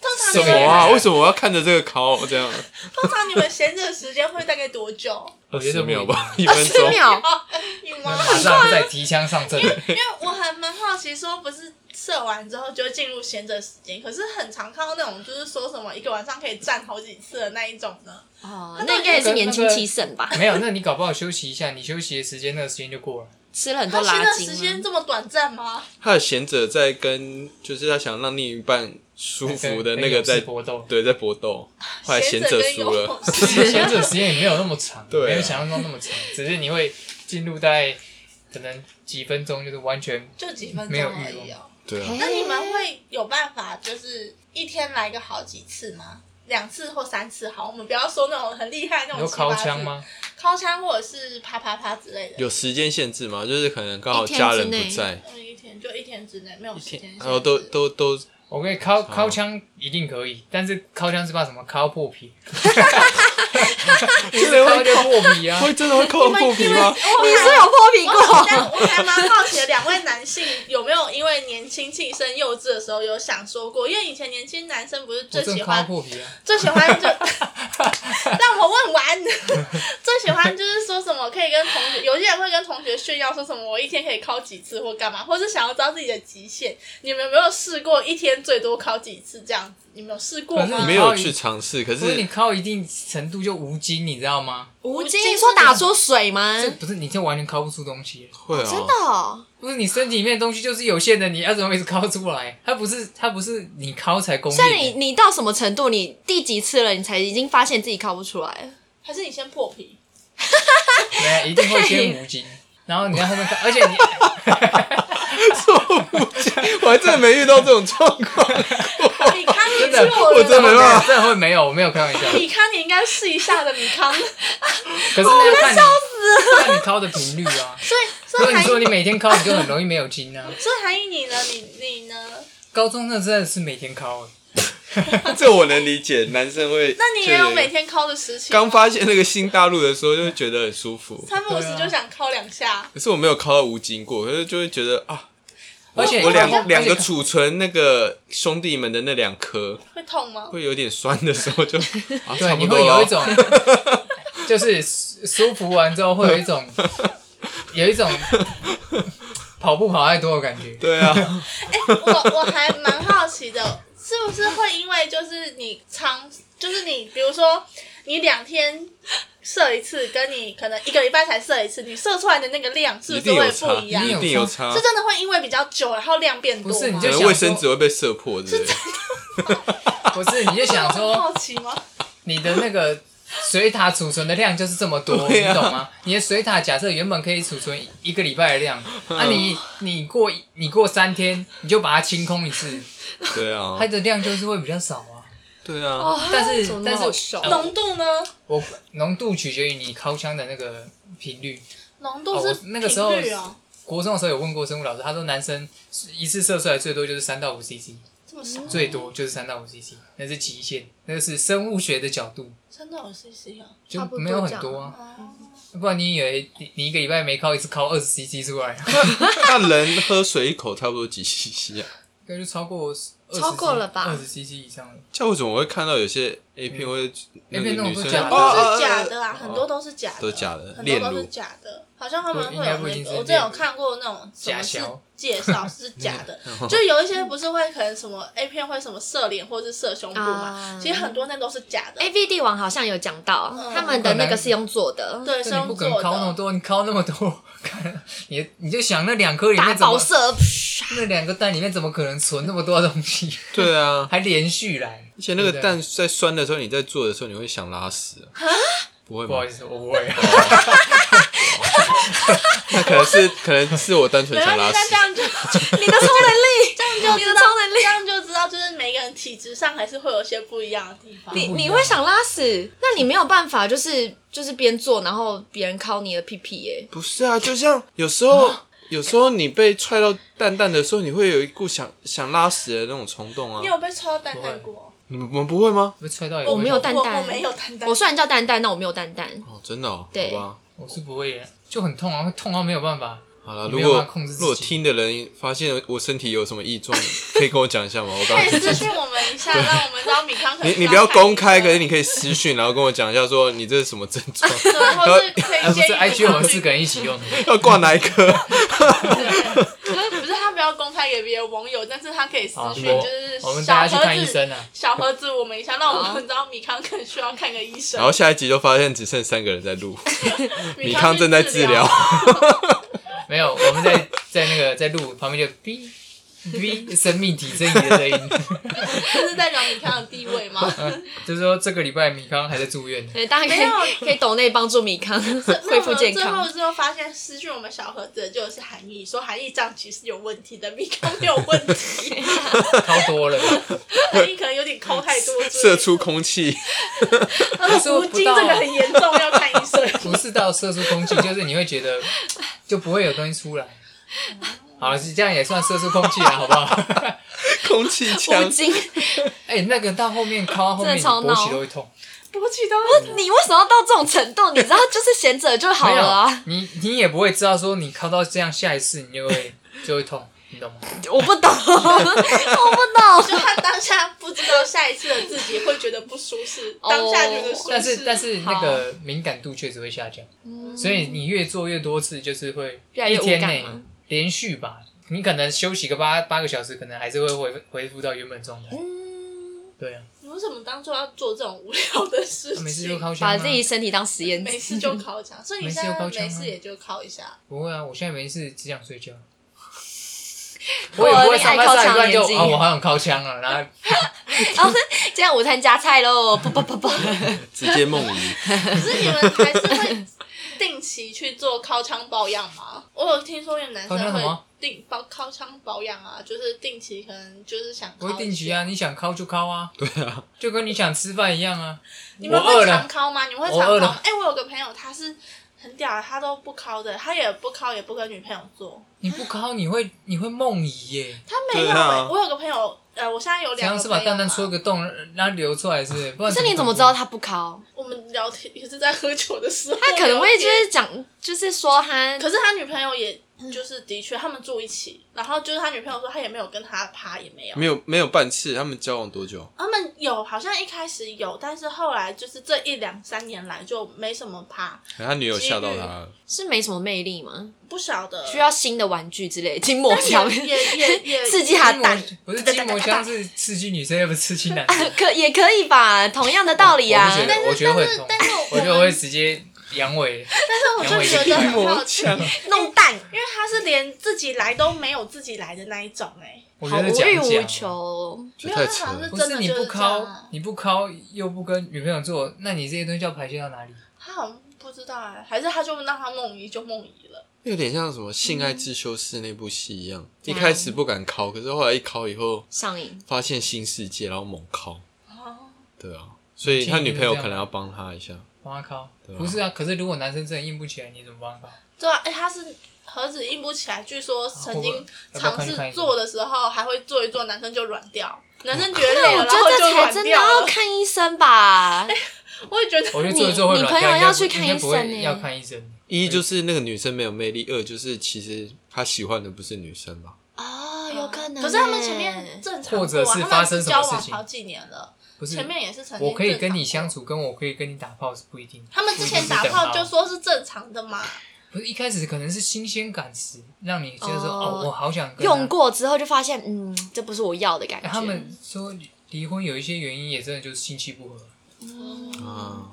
Speaker 3: 通常
Speaker 2: 什
Speaker 3: 你
Speaker 2: 么
Speaker 3: 们
Speaker 2: 啊？为什么我要看着这个考这样？
Speaker 3: 通常你们闲着时间会大概多久？
Speaker 4: 我觉得
Speaker 2: 20秒 吧，一
Speaker 1: 二
Speaker 2: 分
Speaker 1: 十
Speaker 2: 钟。
Speaker 1: 秒，
Speaker 3: 你
Speaker 4: 马
Speaker 3: 吗？
Speaker 4: 上再提枪上阵。
Speaker 3: 因为我还蛮好奇，说不是射完之后就进入闲着时间，可是很常看到那种就是说什么一个晚上可以站好几次的那一种呢？
Speaker 1: 哦，那应该也是年轻气盛吧？
Speaker 4: 没有，那你搞不好休息一下，你休息的时间那个时间就过了。
Speaker 1: 吃了很
Speaker 3: 他
Speaker 1: 多
Speaker 3: 闲
Speaker 1: 拉
Speaker 3: 的时间
Speaker 1: 筋啊，
Speaker 3: 这么短暂吗？
Speaker 2: 他的贤者在跟，就是他想让另一半舒服的那
Speaker 4: 跟
Speaker 2: 个
Speaker 4: 勇士
Speaker 2: 在
Speaker 4: 搏斗，
Speaker 2: 对在搏 斗，后来贤者
Speaker 3: 跟
Speaker 2: 输了
Speaker 3: 有。
Speaker 4: 其实前者时间也没有那么长，
Speaker 2: 对啊
Speaker 4: 没有想象中那么长，只是你会进入在可能几分钟，就是完全
Speaker 3: 就几分
Speaker 4: 没有欲
Speaker 3: 钟
Speaker 4: 望
Speaker 3: 而已哦。
Speaker 2: 对啊，
Speaker 1: 嘿
Speaker 3: 那你们会有办法就是一天来个好几次吗？两次或三次好，我们不要说那种很厉害那
Speaker 4: 你
Speaker 3: 种
Speaker 4: 说
Speaker 3: 七八
Speaker 4: 靠
Speaker 3: 次
Speaker 4: 枪？吗？
Speaker 3: 敲枪或者是啪啪啪之类的。
Speaker 2: 有时间限制吗？就是可能刚好
Speaker 1: 一天
Speaker 2: 家
Speaker 1: 之
Speaker 2: 人
Speaker 1: 内
Speaker 2: 不在，
Speaker 3: 嗯一天就一天之内没有时间限制，
Speaker 4: 哦
Speaker 3: 哦
Speaker 2: 然后都都都
Speaker 4: 我可以靠靠枪一定可以，但是靠枪是怕什么？靠破皮，一敲就破皮啊！
Speaker 2: 会真的会扣破皮吗？
Speaker 1: 你是有破皮过？
Speaker 3: 但我还蛮好奇的，两位男性有没有因为年轻气盛、幼稚的时候有想说过？因为以前年轻男生不是
Speaker 4: 我
Speaker 3: 最
Speaker 4: 真
Speaker 3: 喜
Speaker 4: 的靠
Speaker 3: 欢
Speaker 4: 破皮啊！
Speaker 3: 最喜欢就 让我问完，最喜欢就是说什么可以跟同学，有些人会跟同学炫耀说什么我一天可以考几次或干嘛，或是想要知道自己的极限。你们有没有试过一天最多考几次这样子？你们有试过
Speaker 4: 可是
Speaker 3: 吗？
Speaker 4: 你
Speaker 2: 没有去尝试，可
Speaker 4: 不是你
Speaker 2: 是
Speaker 4: 靠一定程度就无精，你知道吗？
Speaker 1: 吴京说打出水吗？
Speaker 4: 这不是你就完全靠不出东西了，
Speaker 2: 会
Speaker 1: 真
Speaker 2: 啊
Speaker 1: 的，哦，
Speaker 4: 不是你身体里面的东西就是有限的，你要怎么一直靠出来？它不是它不是你靠才供应的。
Speaker 1: 像你你到什么程度？你第几次了？你才已经发现自己考不出来了？
Speaker 3: 还是你先破皮？
Speaker 4: 没有，啊一定会先无精，然后你在后面看，而且你
Speaker 3: 哦
Speaker 2: 我还真的没遇到这种状况。
Speaker 3: 米康，你
Speaker 4: 真的
Speaker 3: 是我
Speaker 2: 我真的没办法
Speaker 4: 真的会没有，我没有开玩笑。
Speaker 3: 米康，你应该试一下的，米 康。
Speaker 4: 可是那要看你，看你敲的频率啊。
Speaker 3: 所以，
Speaker 4: 如
Speaker 3: 所
Speaker 4: 果
Speaker 3: 以
Speaker 4: 你
Speaker 3: 韩
Speaker 4: 说你每天敲，你就很容易没有精啊。
Speaker 3: 所以韩毅你呢？你你呢？
Speaker 4: 高中那真的是每天敲欸，
Speaker 2: 这我能理解，男生会。
Speaker 3: 那你也有每天敲的时期吗？
Speaker 2: 刚发现那个新大陆的时候，就会觉得很舒服。
Speaker 3: 三不五时
Speaker 4: 对啊
Speaker 3: 就想敲两下，
Speaker 2: 可是我没有考到无精过，可是就会觉得啊，
Speaker 4: 而且
Speaker 2: 我
Speaker 4: 而且
Speaker 2: 两两个储存那个兄弟们的那两颗，
Speaker 3: 会痛吗？
Speaker 2: 会有点酸的时候 就啊，
Speaker 4: 对，
Speaker 2: 差
Speaker 4: 你
Speaker 2: 不
Speaker 4: 会
Speaker 2: 多
Speaker 4: 有
Speaker 2: 了。
Speaker 4: 一种，就是舒舒服完之后会有一种，有一种跑步跑太多的感觉。
Speaker 2: 对 啊，
Speaker 3: 我我还蛮好奇的，是不是会因为就是你常就是你，比如说你两天射一次，跟你可能一个礼拜才射一次，你射出来的那个量是
Speaker 2: 一
Speaker 3: 不是
Speaker 2: 定
Speaker 3: 会
Speaker 2: 有
Speaker 3: 不
Speaker 2: 差，
Speaker 3: 一样
Speaker 2: 一？定有差
Speaker 3: 是。真的会因为比较久，然后量变多吗？
Speaker 4: 不是你
Speaker 2: 可
Speaker 4: 就
Speaker 2: 能卫生纸会被射破，对不对？啊
Speaker 4: 不是，你就 想
Speaker 3: 我很
Speaker 4: 说
Speaker 3: 哦好奇吗？
Speaker 4: 你的那个水塔储存的量就是这么多，
Speaker 2: 对啊
Speaker 4: 你懂吗？你的水塔假设原本可以储存一个礼拜的量，
Speaker 2: 嗯
Speaker 4: 啊你你过你过三天你就把它清空一次，
Speaker 2: 对啊
Speaker 4: 它，的量就是会比较少啊。
Speaker 2: 对啊，
Speaker 4: 但是
Speaker 1: 怎么那么
Speaker 4: 但是
Speaker 1: 好笑
Speaker 4: 呃
Speaker 3: 浓度呢？
Speaker 4: 我浓度取决于你敲枪的那个频率。
Speaker 3: 浓度
Speaker 4: 哦
Speaker 3: 是
Speaker 4: 我那个时候
Speaker 3: 频率哦，
Speaker 4: 国中的时候有问过生物老师，他说男生一次射出来最多就是三到五 CC，
Speaker 3: 这么
Speaker 1: 哦
Speaker 3: 少，
Speaker 4: 最多就是三到五 CC，那是极限，那个是生物学的角度，
Speaker 3: 真的有 CC 啊？
Speaker 4: 就
Speaker 1: 差不多
Speaker 4: 没有很多啊。
Speaker 3: 哦
Speaker 4: 不然你以为你你一个礼拜没敲一次，敲二十 CC 出来，啊
Speaker 2: 那人喝水一口差不多几 cc 啊？
Speaker 4: 应该就超过20
Speaker 1: 超过了吧
Speaker 4: 二十 CC 以上了。
Speaker 2: 这样为什么我会看到有些 A 片会那个
Speaker 4: 嗯片那种
Speaker 2: 女
Speaker 4: 都
Speaker 2: 生
Speaker 4: 假的哦
Speaker 2: 啊
Speaker 3: 都
Speaker 2: 啊
Speaker 3: 是假的啊，
Speaker 2: 啊
Speaker 3: 很多都是假的，
Speaker 2: 都假的
Speaker 3: 很多
Speaker 2: 炼
Speaker 3: 都是
Speaker 2: 乳
Speaker 3: 假的。好像他们
Speaker 4: 对应
Speaker 3: 会
Speaker 4: 该
Speaker 3: 有
Speaker 4: 不一
Speaker 3: 那
Speaker 4: 定
Speaker 3: 个，
Speaker 4: 是
Speaker 3: 我之前
Speaker 4: 炼
Speaker 3: 有
Speaker 4: 乳
Speaker 3: 看过那种什
Speaker 4: 假
Speaker 3: 么是
Speaker 4: 小嗯
Speaker 3: 介绍是假 的，就有一些不是会可能什么 A 片会什么射脸或是射胸部嘛
Speaker 1: 啊，哎
Speaker 3: 其实很多那都是假的
Speaker 1: A。V 帝王好像有讲到，
Speaker 3: 嗯
Speaker 1: 他们的那个是用做的，
Speaker 3: 对，是
Speaker 4: 那你不
Speaker 3: 用
Speaker 4: 可
Speaker 3: 做
Speaker 4: 能敲那么
Speaker 3: 的。
Speaker 4: 多，你敲那么多， 看你你就想那两颗里
Speaker 1: 打
Speaker 4: 面怎
Speaker 1: 爆
Speaker 4: 么
Speaker 1: 射，噗
Speaker 4: 那两个蛋里面怎么可能存那么多东西，
Speaker 2: 对啊，
Speaker 4: 还连续来？
Speaker 2: 而且那个
Speaker 4: 对不对
Speaker 2: 蛋在酸的时候，你在做的时候，你会想拉屎啊？不会
Speaker 4: 不好
Speaker 2: 吗
Speaker 4: 意？思，我不会。
Speaker 2: 那可能是可能是我单纯
Speaker 3: 没
Speaker 2: 想拉，
Speaker 3: 关系那
Speaker 2: 屎
Speaker 3: 这。样 就
Speaker 1: 你的超能力，这
Speaker 3: 这样
Speaker 1: 你
Speaker 3: 就
Speaker 1: 的
Speaker 3: 知 道
Speaker 1: 超能，
Speaker 3: 这
Speaker 1: 力，
Speaker 3: 样就知道，就是每个人体质上还是会有些不一样的地方。
Speaker 1: 你你会想拉屎，那你没有办法，就是就是边做，然后别人敲你的屁屁、耶。
Speaker 2: 不是啊，就像有时候，有时候你被踹到蛋蛋的时候，你会有一股想想拉屎的那种冲动啊
Speaker 3: 你。有被抽到蛋蛋过？
Speaker 2: 你们你们不会吗？
Speaker 4: 被踹到也
Speaker 1: 我
Speaker 4: 会
Speaker 1: 哦没有
Speaker 4: 痛
Speaker 1: 蛋
Speaker 3: 我
Speaker 1: 蛋，
Speaker 3: 我没有蛋蛋，
Speaker 1: 我虽然叫蛋蛋，但我没有蛋蛋。
Speaker 2: 哦，真的哦，
Speaker 1: 对
Speaker 2: 好吧。
Speaker 4: 我是不会的，就很痛啊，会痛到没有办法。
Speaker 2: 好了，
Speaker 4: 你
Speaker 2: 如
Speaker 4: 没有
Speaker 2: 果
Speaker 4: 办法控制自己
Speaker 2: 如果听的人发现我身体有什么异状，可以跟我讲一下吗？我刚
Speaker 3: 可以私讯我们一下，让我们知道米康可能
Speaker 2: 你你不要公开，可是
Speaker 3: 你
Speaker 2: 你可以私讯，然后跟我讲一下，说你这是什么症状，
Speaker 3: 对，或是可以
Speaker 4: 呃哎，不是
Speaker 3: 建议
Speaker 4: IG
Speaker 3: 你
Speaker 4: 我们四个人一 起用的，
Speaker 2: 要挂哪一科？
Speaker 3: 不是不是他不要公开给别的网友，但是他可以私
Speaker 4: 好，
Speaker 3: 讯，
Speaker 4: 我
Speaker 3: 就是
Speaker 4: 我们
Speaker 3: 小
Speaker 4: 大家去看
Speaker 3: 盒
Speaker 4: 医
Speaker 3: 子
Speaker 4: 生啊。
Speaker 3: 小盒子我们一下，让我们知道米康可能需要看个医生
Speaker 2: 然。后下一集就发现只剩三个人在录，米康
Speaker 3: 去
Speaker 2: 正在治疗
Speaker 3: 疗，，
Speaker 4: 没有，我们在在那个在录旁边就哔哔生命体征仪的 声音，
Speaker 3: 这是代表米康的地位 吗？
Speaker 4: 就是说这个礼拜米康还在住院呢。
Speaker 1: 对，大家可
Speaker 3: 没有
Speaker 1: 以可以抖内帮助米 康恢复健
Speaker 3: 那我
Speaker 1: 康
Speaker 3: 们。最后之后发现失去我们小盒子的就是韩毅，说韩毅胀气是有问题的，米康没有问 题，
Speaker 4: 超多了，
Speaker 3: 韩毅可能有点抠太多，
Speaker 2: 射出空气。
Speaker 4: 他说
Speaker 3: 无
Speaker 4: 不
Speaker 3: 精
Speaker 4: 到
Speaker 3: 这个很严重，要看医生。
Speaker 4: 不是到射出空气，就是你会觉得就不会有东西出来。好了，这样也算射出空气了，好不好？
Speaker 2: 空气
Speaker 1: 无
Speaker 2: 枪，
Speaker 1: 精，
Speaker 4: 哎、那个到后面靠到后
Speaker 1: 真
Speaker 4: 面，你
Speaker 1: 的超
Speaker 4: 勃
Speaker 1: 闹
Speaker 4: 起都会痛。
Speaker 3: 勃起到问题，
Speaker 1: 你为什么要到这种程度？你知道，就是闲着就好
Speaker 4: 没有
Speaker 1: 了啊。
Speaker 4: 你你也不会知道说你靠到这样，下一次你就会 就会痛，你懂吗？
Speaker 1: 我不 懂，我不
Speaker 3: 就
Speaker 1: 懂。
Speaker 3: 他当下不知道下一次的自己会觉得不舒适，
Speaker 1: 哦
Speaker 3: 当下觉得舒适，
Speaker 4: 但是但是那个敏感度确实会下降，所以你越做越多次，就是会
Speaker 1: 嗯越来越
Speaker 4: 一
Speaker 1: 无
Speaker 4: 天
Speaker 1: 感
Speaker 4: 内
Speaker 1: 吗
Speaker 4: 连续吧，你可能休息个八八个小时，可能还是会恢恢复到原本状态。
Speaker 1: 嗯
Speaker 4: 对啊，
Speaker 3: 你为什么当初要做这种无聊的事情？
Speaker 4: 每次就靠枪、啊，
Speaker 1: 把自己身体当实验
Speaker 3: 没
Speaker 1: 室，
Speaker 3: 事就考一下，所以你现在
Speaker 4: 没事就靠
Speaker 3: 没
Speaker 4: 墙啊
Speaker 3: 事也就考一下。
Speaker 4: 不会啊，我现在没事，只想睡觉。
Speaker 1: 我
Speaker 4: 我也不会
Speaker 1: 恋
Speaker 4: 上
Speaker 1: 爱
Speaker 4: 班
Speaker 1: 靠
Speaker 4: 上一
Speaker 1: 墙
Speaker 4: 半就
Speaker 1: 眼睛
Speaker 4: 啊，我好想靠枪了，然后
Speaker 1: 然后哦这样午餐加菜喽，不不不 不，
Speaker 2: 直接梦遗。
Speaker 3: 可是你们还是会定期去做靠枪保养吗？我有听说有男生
Speaker 4: 靠枪什
Speaker 3: 会
Speaker 4: 么
Speaker 3: 定保靠枪保养啊，就是定期可能就是想
Speaker 4: 不
Speaker 3: 靠
Speaker 4: 会定期啊，你想靠就靠啊，对啊，就跟你想吃饭一样啊。
Speaker 3: 一些。你们
Speaker 4: 我饿
Speaker 3: 会常
Speaker 4: 了，
Speaker 3: 靠吗？你们会
Speaker 4: 我
Speaker 3: 常靠
Speaker 4: 饿了
Speaker 3: 吗？哎、我有个朋友他是很屌的，他都不靠的，他也不靠，也不跟女朋友做。
Speaker 4: 你不靠你会你会梦遗耶，
Speaker 3: 他没有、欸
Speaker 2: 对啊
Speaker 3: 我有个朋友，呃，我现在有
Speaker 4: 这
Speaker 3: 两
Speaker 4: 样
Speaker 3: 个
Speaker 4: 是
Speaker 3: 朋友
Speaker 4: 把
Speaker 3: 嘛。
Speaker 4: 蛋蛋戳个洞让它流出来是不是？不然
Speaker 1: 可是你怎么知道他不考？
Speaker 3: 我们聊天也是在喝酒的时候聊
Speaker 1: 他
Speaker 3: 天，
Speaker 1: 可能会就是讲，就是说他
Speaker 3: 可是他女朋友也就是的确，他们住一起，然后就是他女朋友说他也没有跟他趴，也没有。
Speaker 2: 没有没有半次，他们交往多久？
Speaker 3: 他们有好像一开始有，但是后来就是这一两三年来就没什么趴，
Speaker 2: 可能他女友吓到他了，
Speaker 1: 是没什么魅力吗？
Speaker 3: 不晓得
Speaker 1: 需要新的玩具之类，筋膜枪
Speaker 3: 但也也也也
Speaker 1: 刺激他的蛋，
Speaker 4: 不是筋膜枪是刺激女生，又不是刺激男生。
Speaker 1: 可也可以吧，同样的道理啊。
Speaker 4: 我不觉得，我觉得会痛，
Speaker 3: 但是我
Speaker 4: 我觉得我会直接阳痿。
Speaker 3: 但是我 就觉得很好奇，因
Speaker 2: 强，
Speaker 1: 弄蛋，
Speaker 3: 为他是连自己来都没有自己来的那一种哎、
Speaker 4: 我
Speaker 1: 好
Speaker 4: 觉得
Speaker 1: 无
Speaker 4: 讲
Speaker 1: 欲
Speaker 4: 一讲
Speaker 1: 无求哦。
Speaker 2: 这太扯
Speaker 3: 没有
Speaker 2: 了
Speaker 3: 他。
Speaker 4: 不
Speaker 3: 真
Speaker 4: 是
Speaker 3: 的
Speaker 4: 你
Speaker 3: 就是
Speaker 4: 不
Speaker 3: 这样
Speaker 4: 靠
Speaker 3: 啊，
Speaker 4: 你不靠又不跟女朋友做，那你这些东西要排泄到哪里？
Speaker 3: 他好像不知道哎、还是他就让他梦遗就梦遗了。
Speaker 2: 有点像什么《性爱自修室》那部戏一样，一开始不敢敲，可是后来一敲以后，
Speaker 1: 上瘾，
Speaker 2: 发现新世界，然后猛敲。
Speaker 3: 哦，
Speaker 2: 对啊，所以他女朋友可能要帮他一下。
Speaker 4: 帮他靠
Speaker 2: 对？啊
Speaker 4: 不是啊，可是如果男生真的硬不起来，你怎么帮他靠？
Speaker 3: 对啊，哎、他是盒子硬不起来，据说曾经
Speaker 4: 要不要
Speaker 3: 尝
Speaker 4: 看一看
Speaker 3: 试
Speaker 4: 一
Speaker 3: 做的时候还会做一做，男生就软掉，男生觉得累
Speaker 1: 哦我
Speaker 3: 了，
Speaker 1: 觉
Speaker 3: 然后
Speaker 1: 得这
Speaker 3: 就
Speaker 1: 才
Speaker 3: 软
Speaker 1: 真的
Speaker 3: 掉
Speaker 1: 要
Speaker 3: 了。
Speaker 1: 看医生吧。
Speaker 3: 我也觉得
Speaker 4: 我觉得做一做会
Speaker 1: 你
Speaker 4: 软
Speaker 1: 你朋
Speaker 4: 掉
Speaker 1: 友
Speaker 4: 应该
Speaker 1: 要
Speaker 4: 不
Speaker 1: 去看
Speaker 4: 应该不会
Speaker 1: 医生呢
Speaker 4: 要看医生。
Speaker 2: 一就是那个女生没有魅力，二就是其实他喜欢的不是女生吧？
Speaker 1: 哦，有可能。欸
Speaker 3: 可是他们前面，正常过啊，
Speaker 4: 或者是
Speaker 3: 他
Speaker 4: 发
Speaker 3: 们
Speaker 4: 生什
Speaker 3: 交
Speaker 4: 么事
Speaker 3: 往
Speaker 4: 情
Speaker 3: 好几年了，
Speaker 4: 不是
Speaker 3: 前面也是曾经
Speaker 4: 我可以跟你
Speaker 3: 正
Speaker 4: 相
Speaker 3: 常过。
Speaker 4: 处，跟我可以跟你打炮是不一定。
Speaker 3: 他们之前打炮就说是正常的 嘛，
Speaker 4: 不是一开始可能是新鲜感时，让你觉得说
Speaker 1: 哦
Speaker 4: 哦，我好想跟他
Speaker 1: 用。过之后就发现，嗯，这不是我要的感觉。
Speaker 4: 哎他们说离婚有一些原因也真的就是性气不合
Speaker 2: 啊，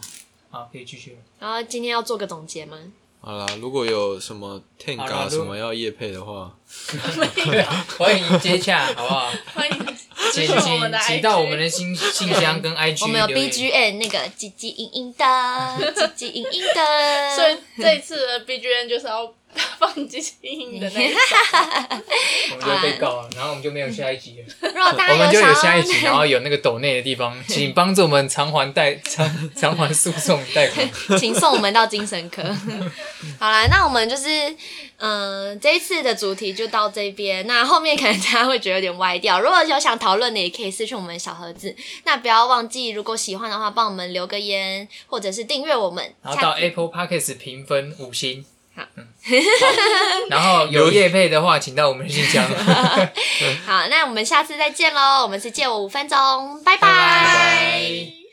Speaker 4: 啊，可以继续了。
Speaker 1: 然后今天要做个总结吗？
Speaker 2: 好啦，如果有什么 Tenga 什么要夜配的话，
Speaker 4: 欢迎接洽，好不好？
Speaker 3: 欢迎
Speaker 4: 请
Speaker 3: 我
Speaker 4: 请
Speaker 3: 们的
Speaker 4: 请到
Speaker 3: IG
Speaker 4: 我们的信信 箱跟 IG
Speaker 1: 我们有
Speaker 4: 留言
Speaker 1: BGM 那个唧唧嘤嘤 的，唧唧嘤嘤的，
Speaker 3: 所以这一次的 BGM 就是要放基金的那一首，
Speaker 4: 我们就
Speaker 3: 啊
Speaker 4: 被告了，然后我们就没有下一集 了。
Speaker 1: 如果大
Speaker 4: 我
Speaker 1: 家
Speaker 4: 们
Speaker 1: 有想
Speaker 4: 就有
Speaker 1: 要
Speaker 4: 下一集，然后有那个抖内的地方，请帮助我们偿还贷偿偿还诉讼贷款。
Speaker 1: 请送我们到精神科。 好啦，那我们就是，嗯、这一次的主题就到这边。那后面可能大家会觉得有点歪掉。如果有想讨论的，也可以私讯我们小盒子。那不要忘记，如果喜欢的话，帮我们留个言，或者是订阅我们。
Speaker 4: 然后到
Speaker 1: 下次
Speaker 4: Apple Podcast 评分五星。
Speaker 1: 好
Speaker 4: 嗯，好然后有业配的话，请到我们的信 箱。
Speaker 1: 好，那我们下次再见喽。我们是借我五分钟，拜
Speaker 4: 拜拜
Speaker 1: 拜。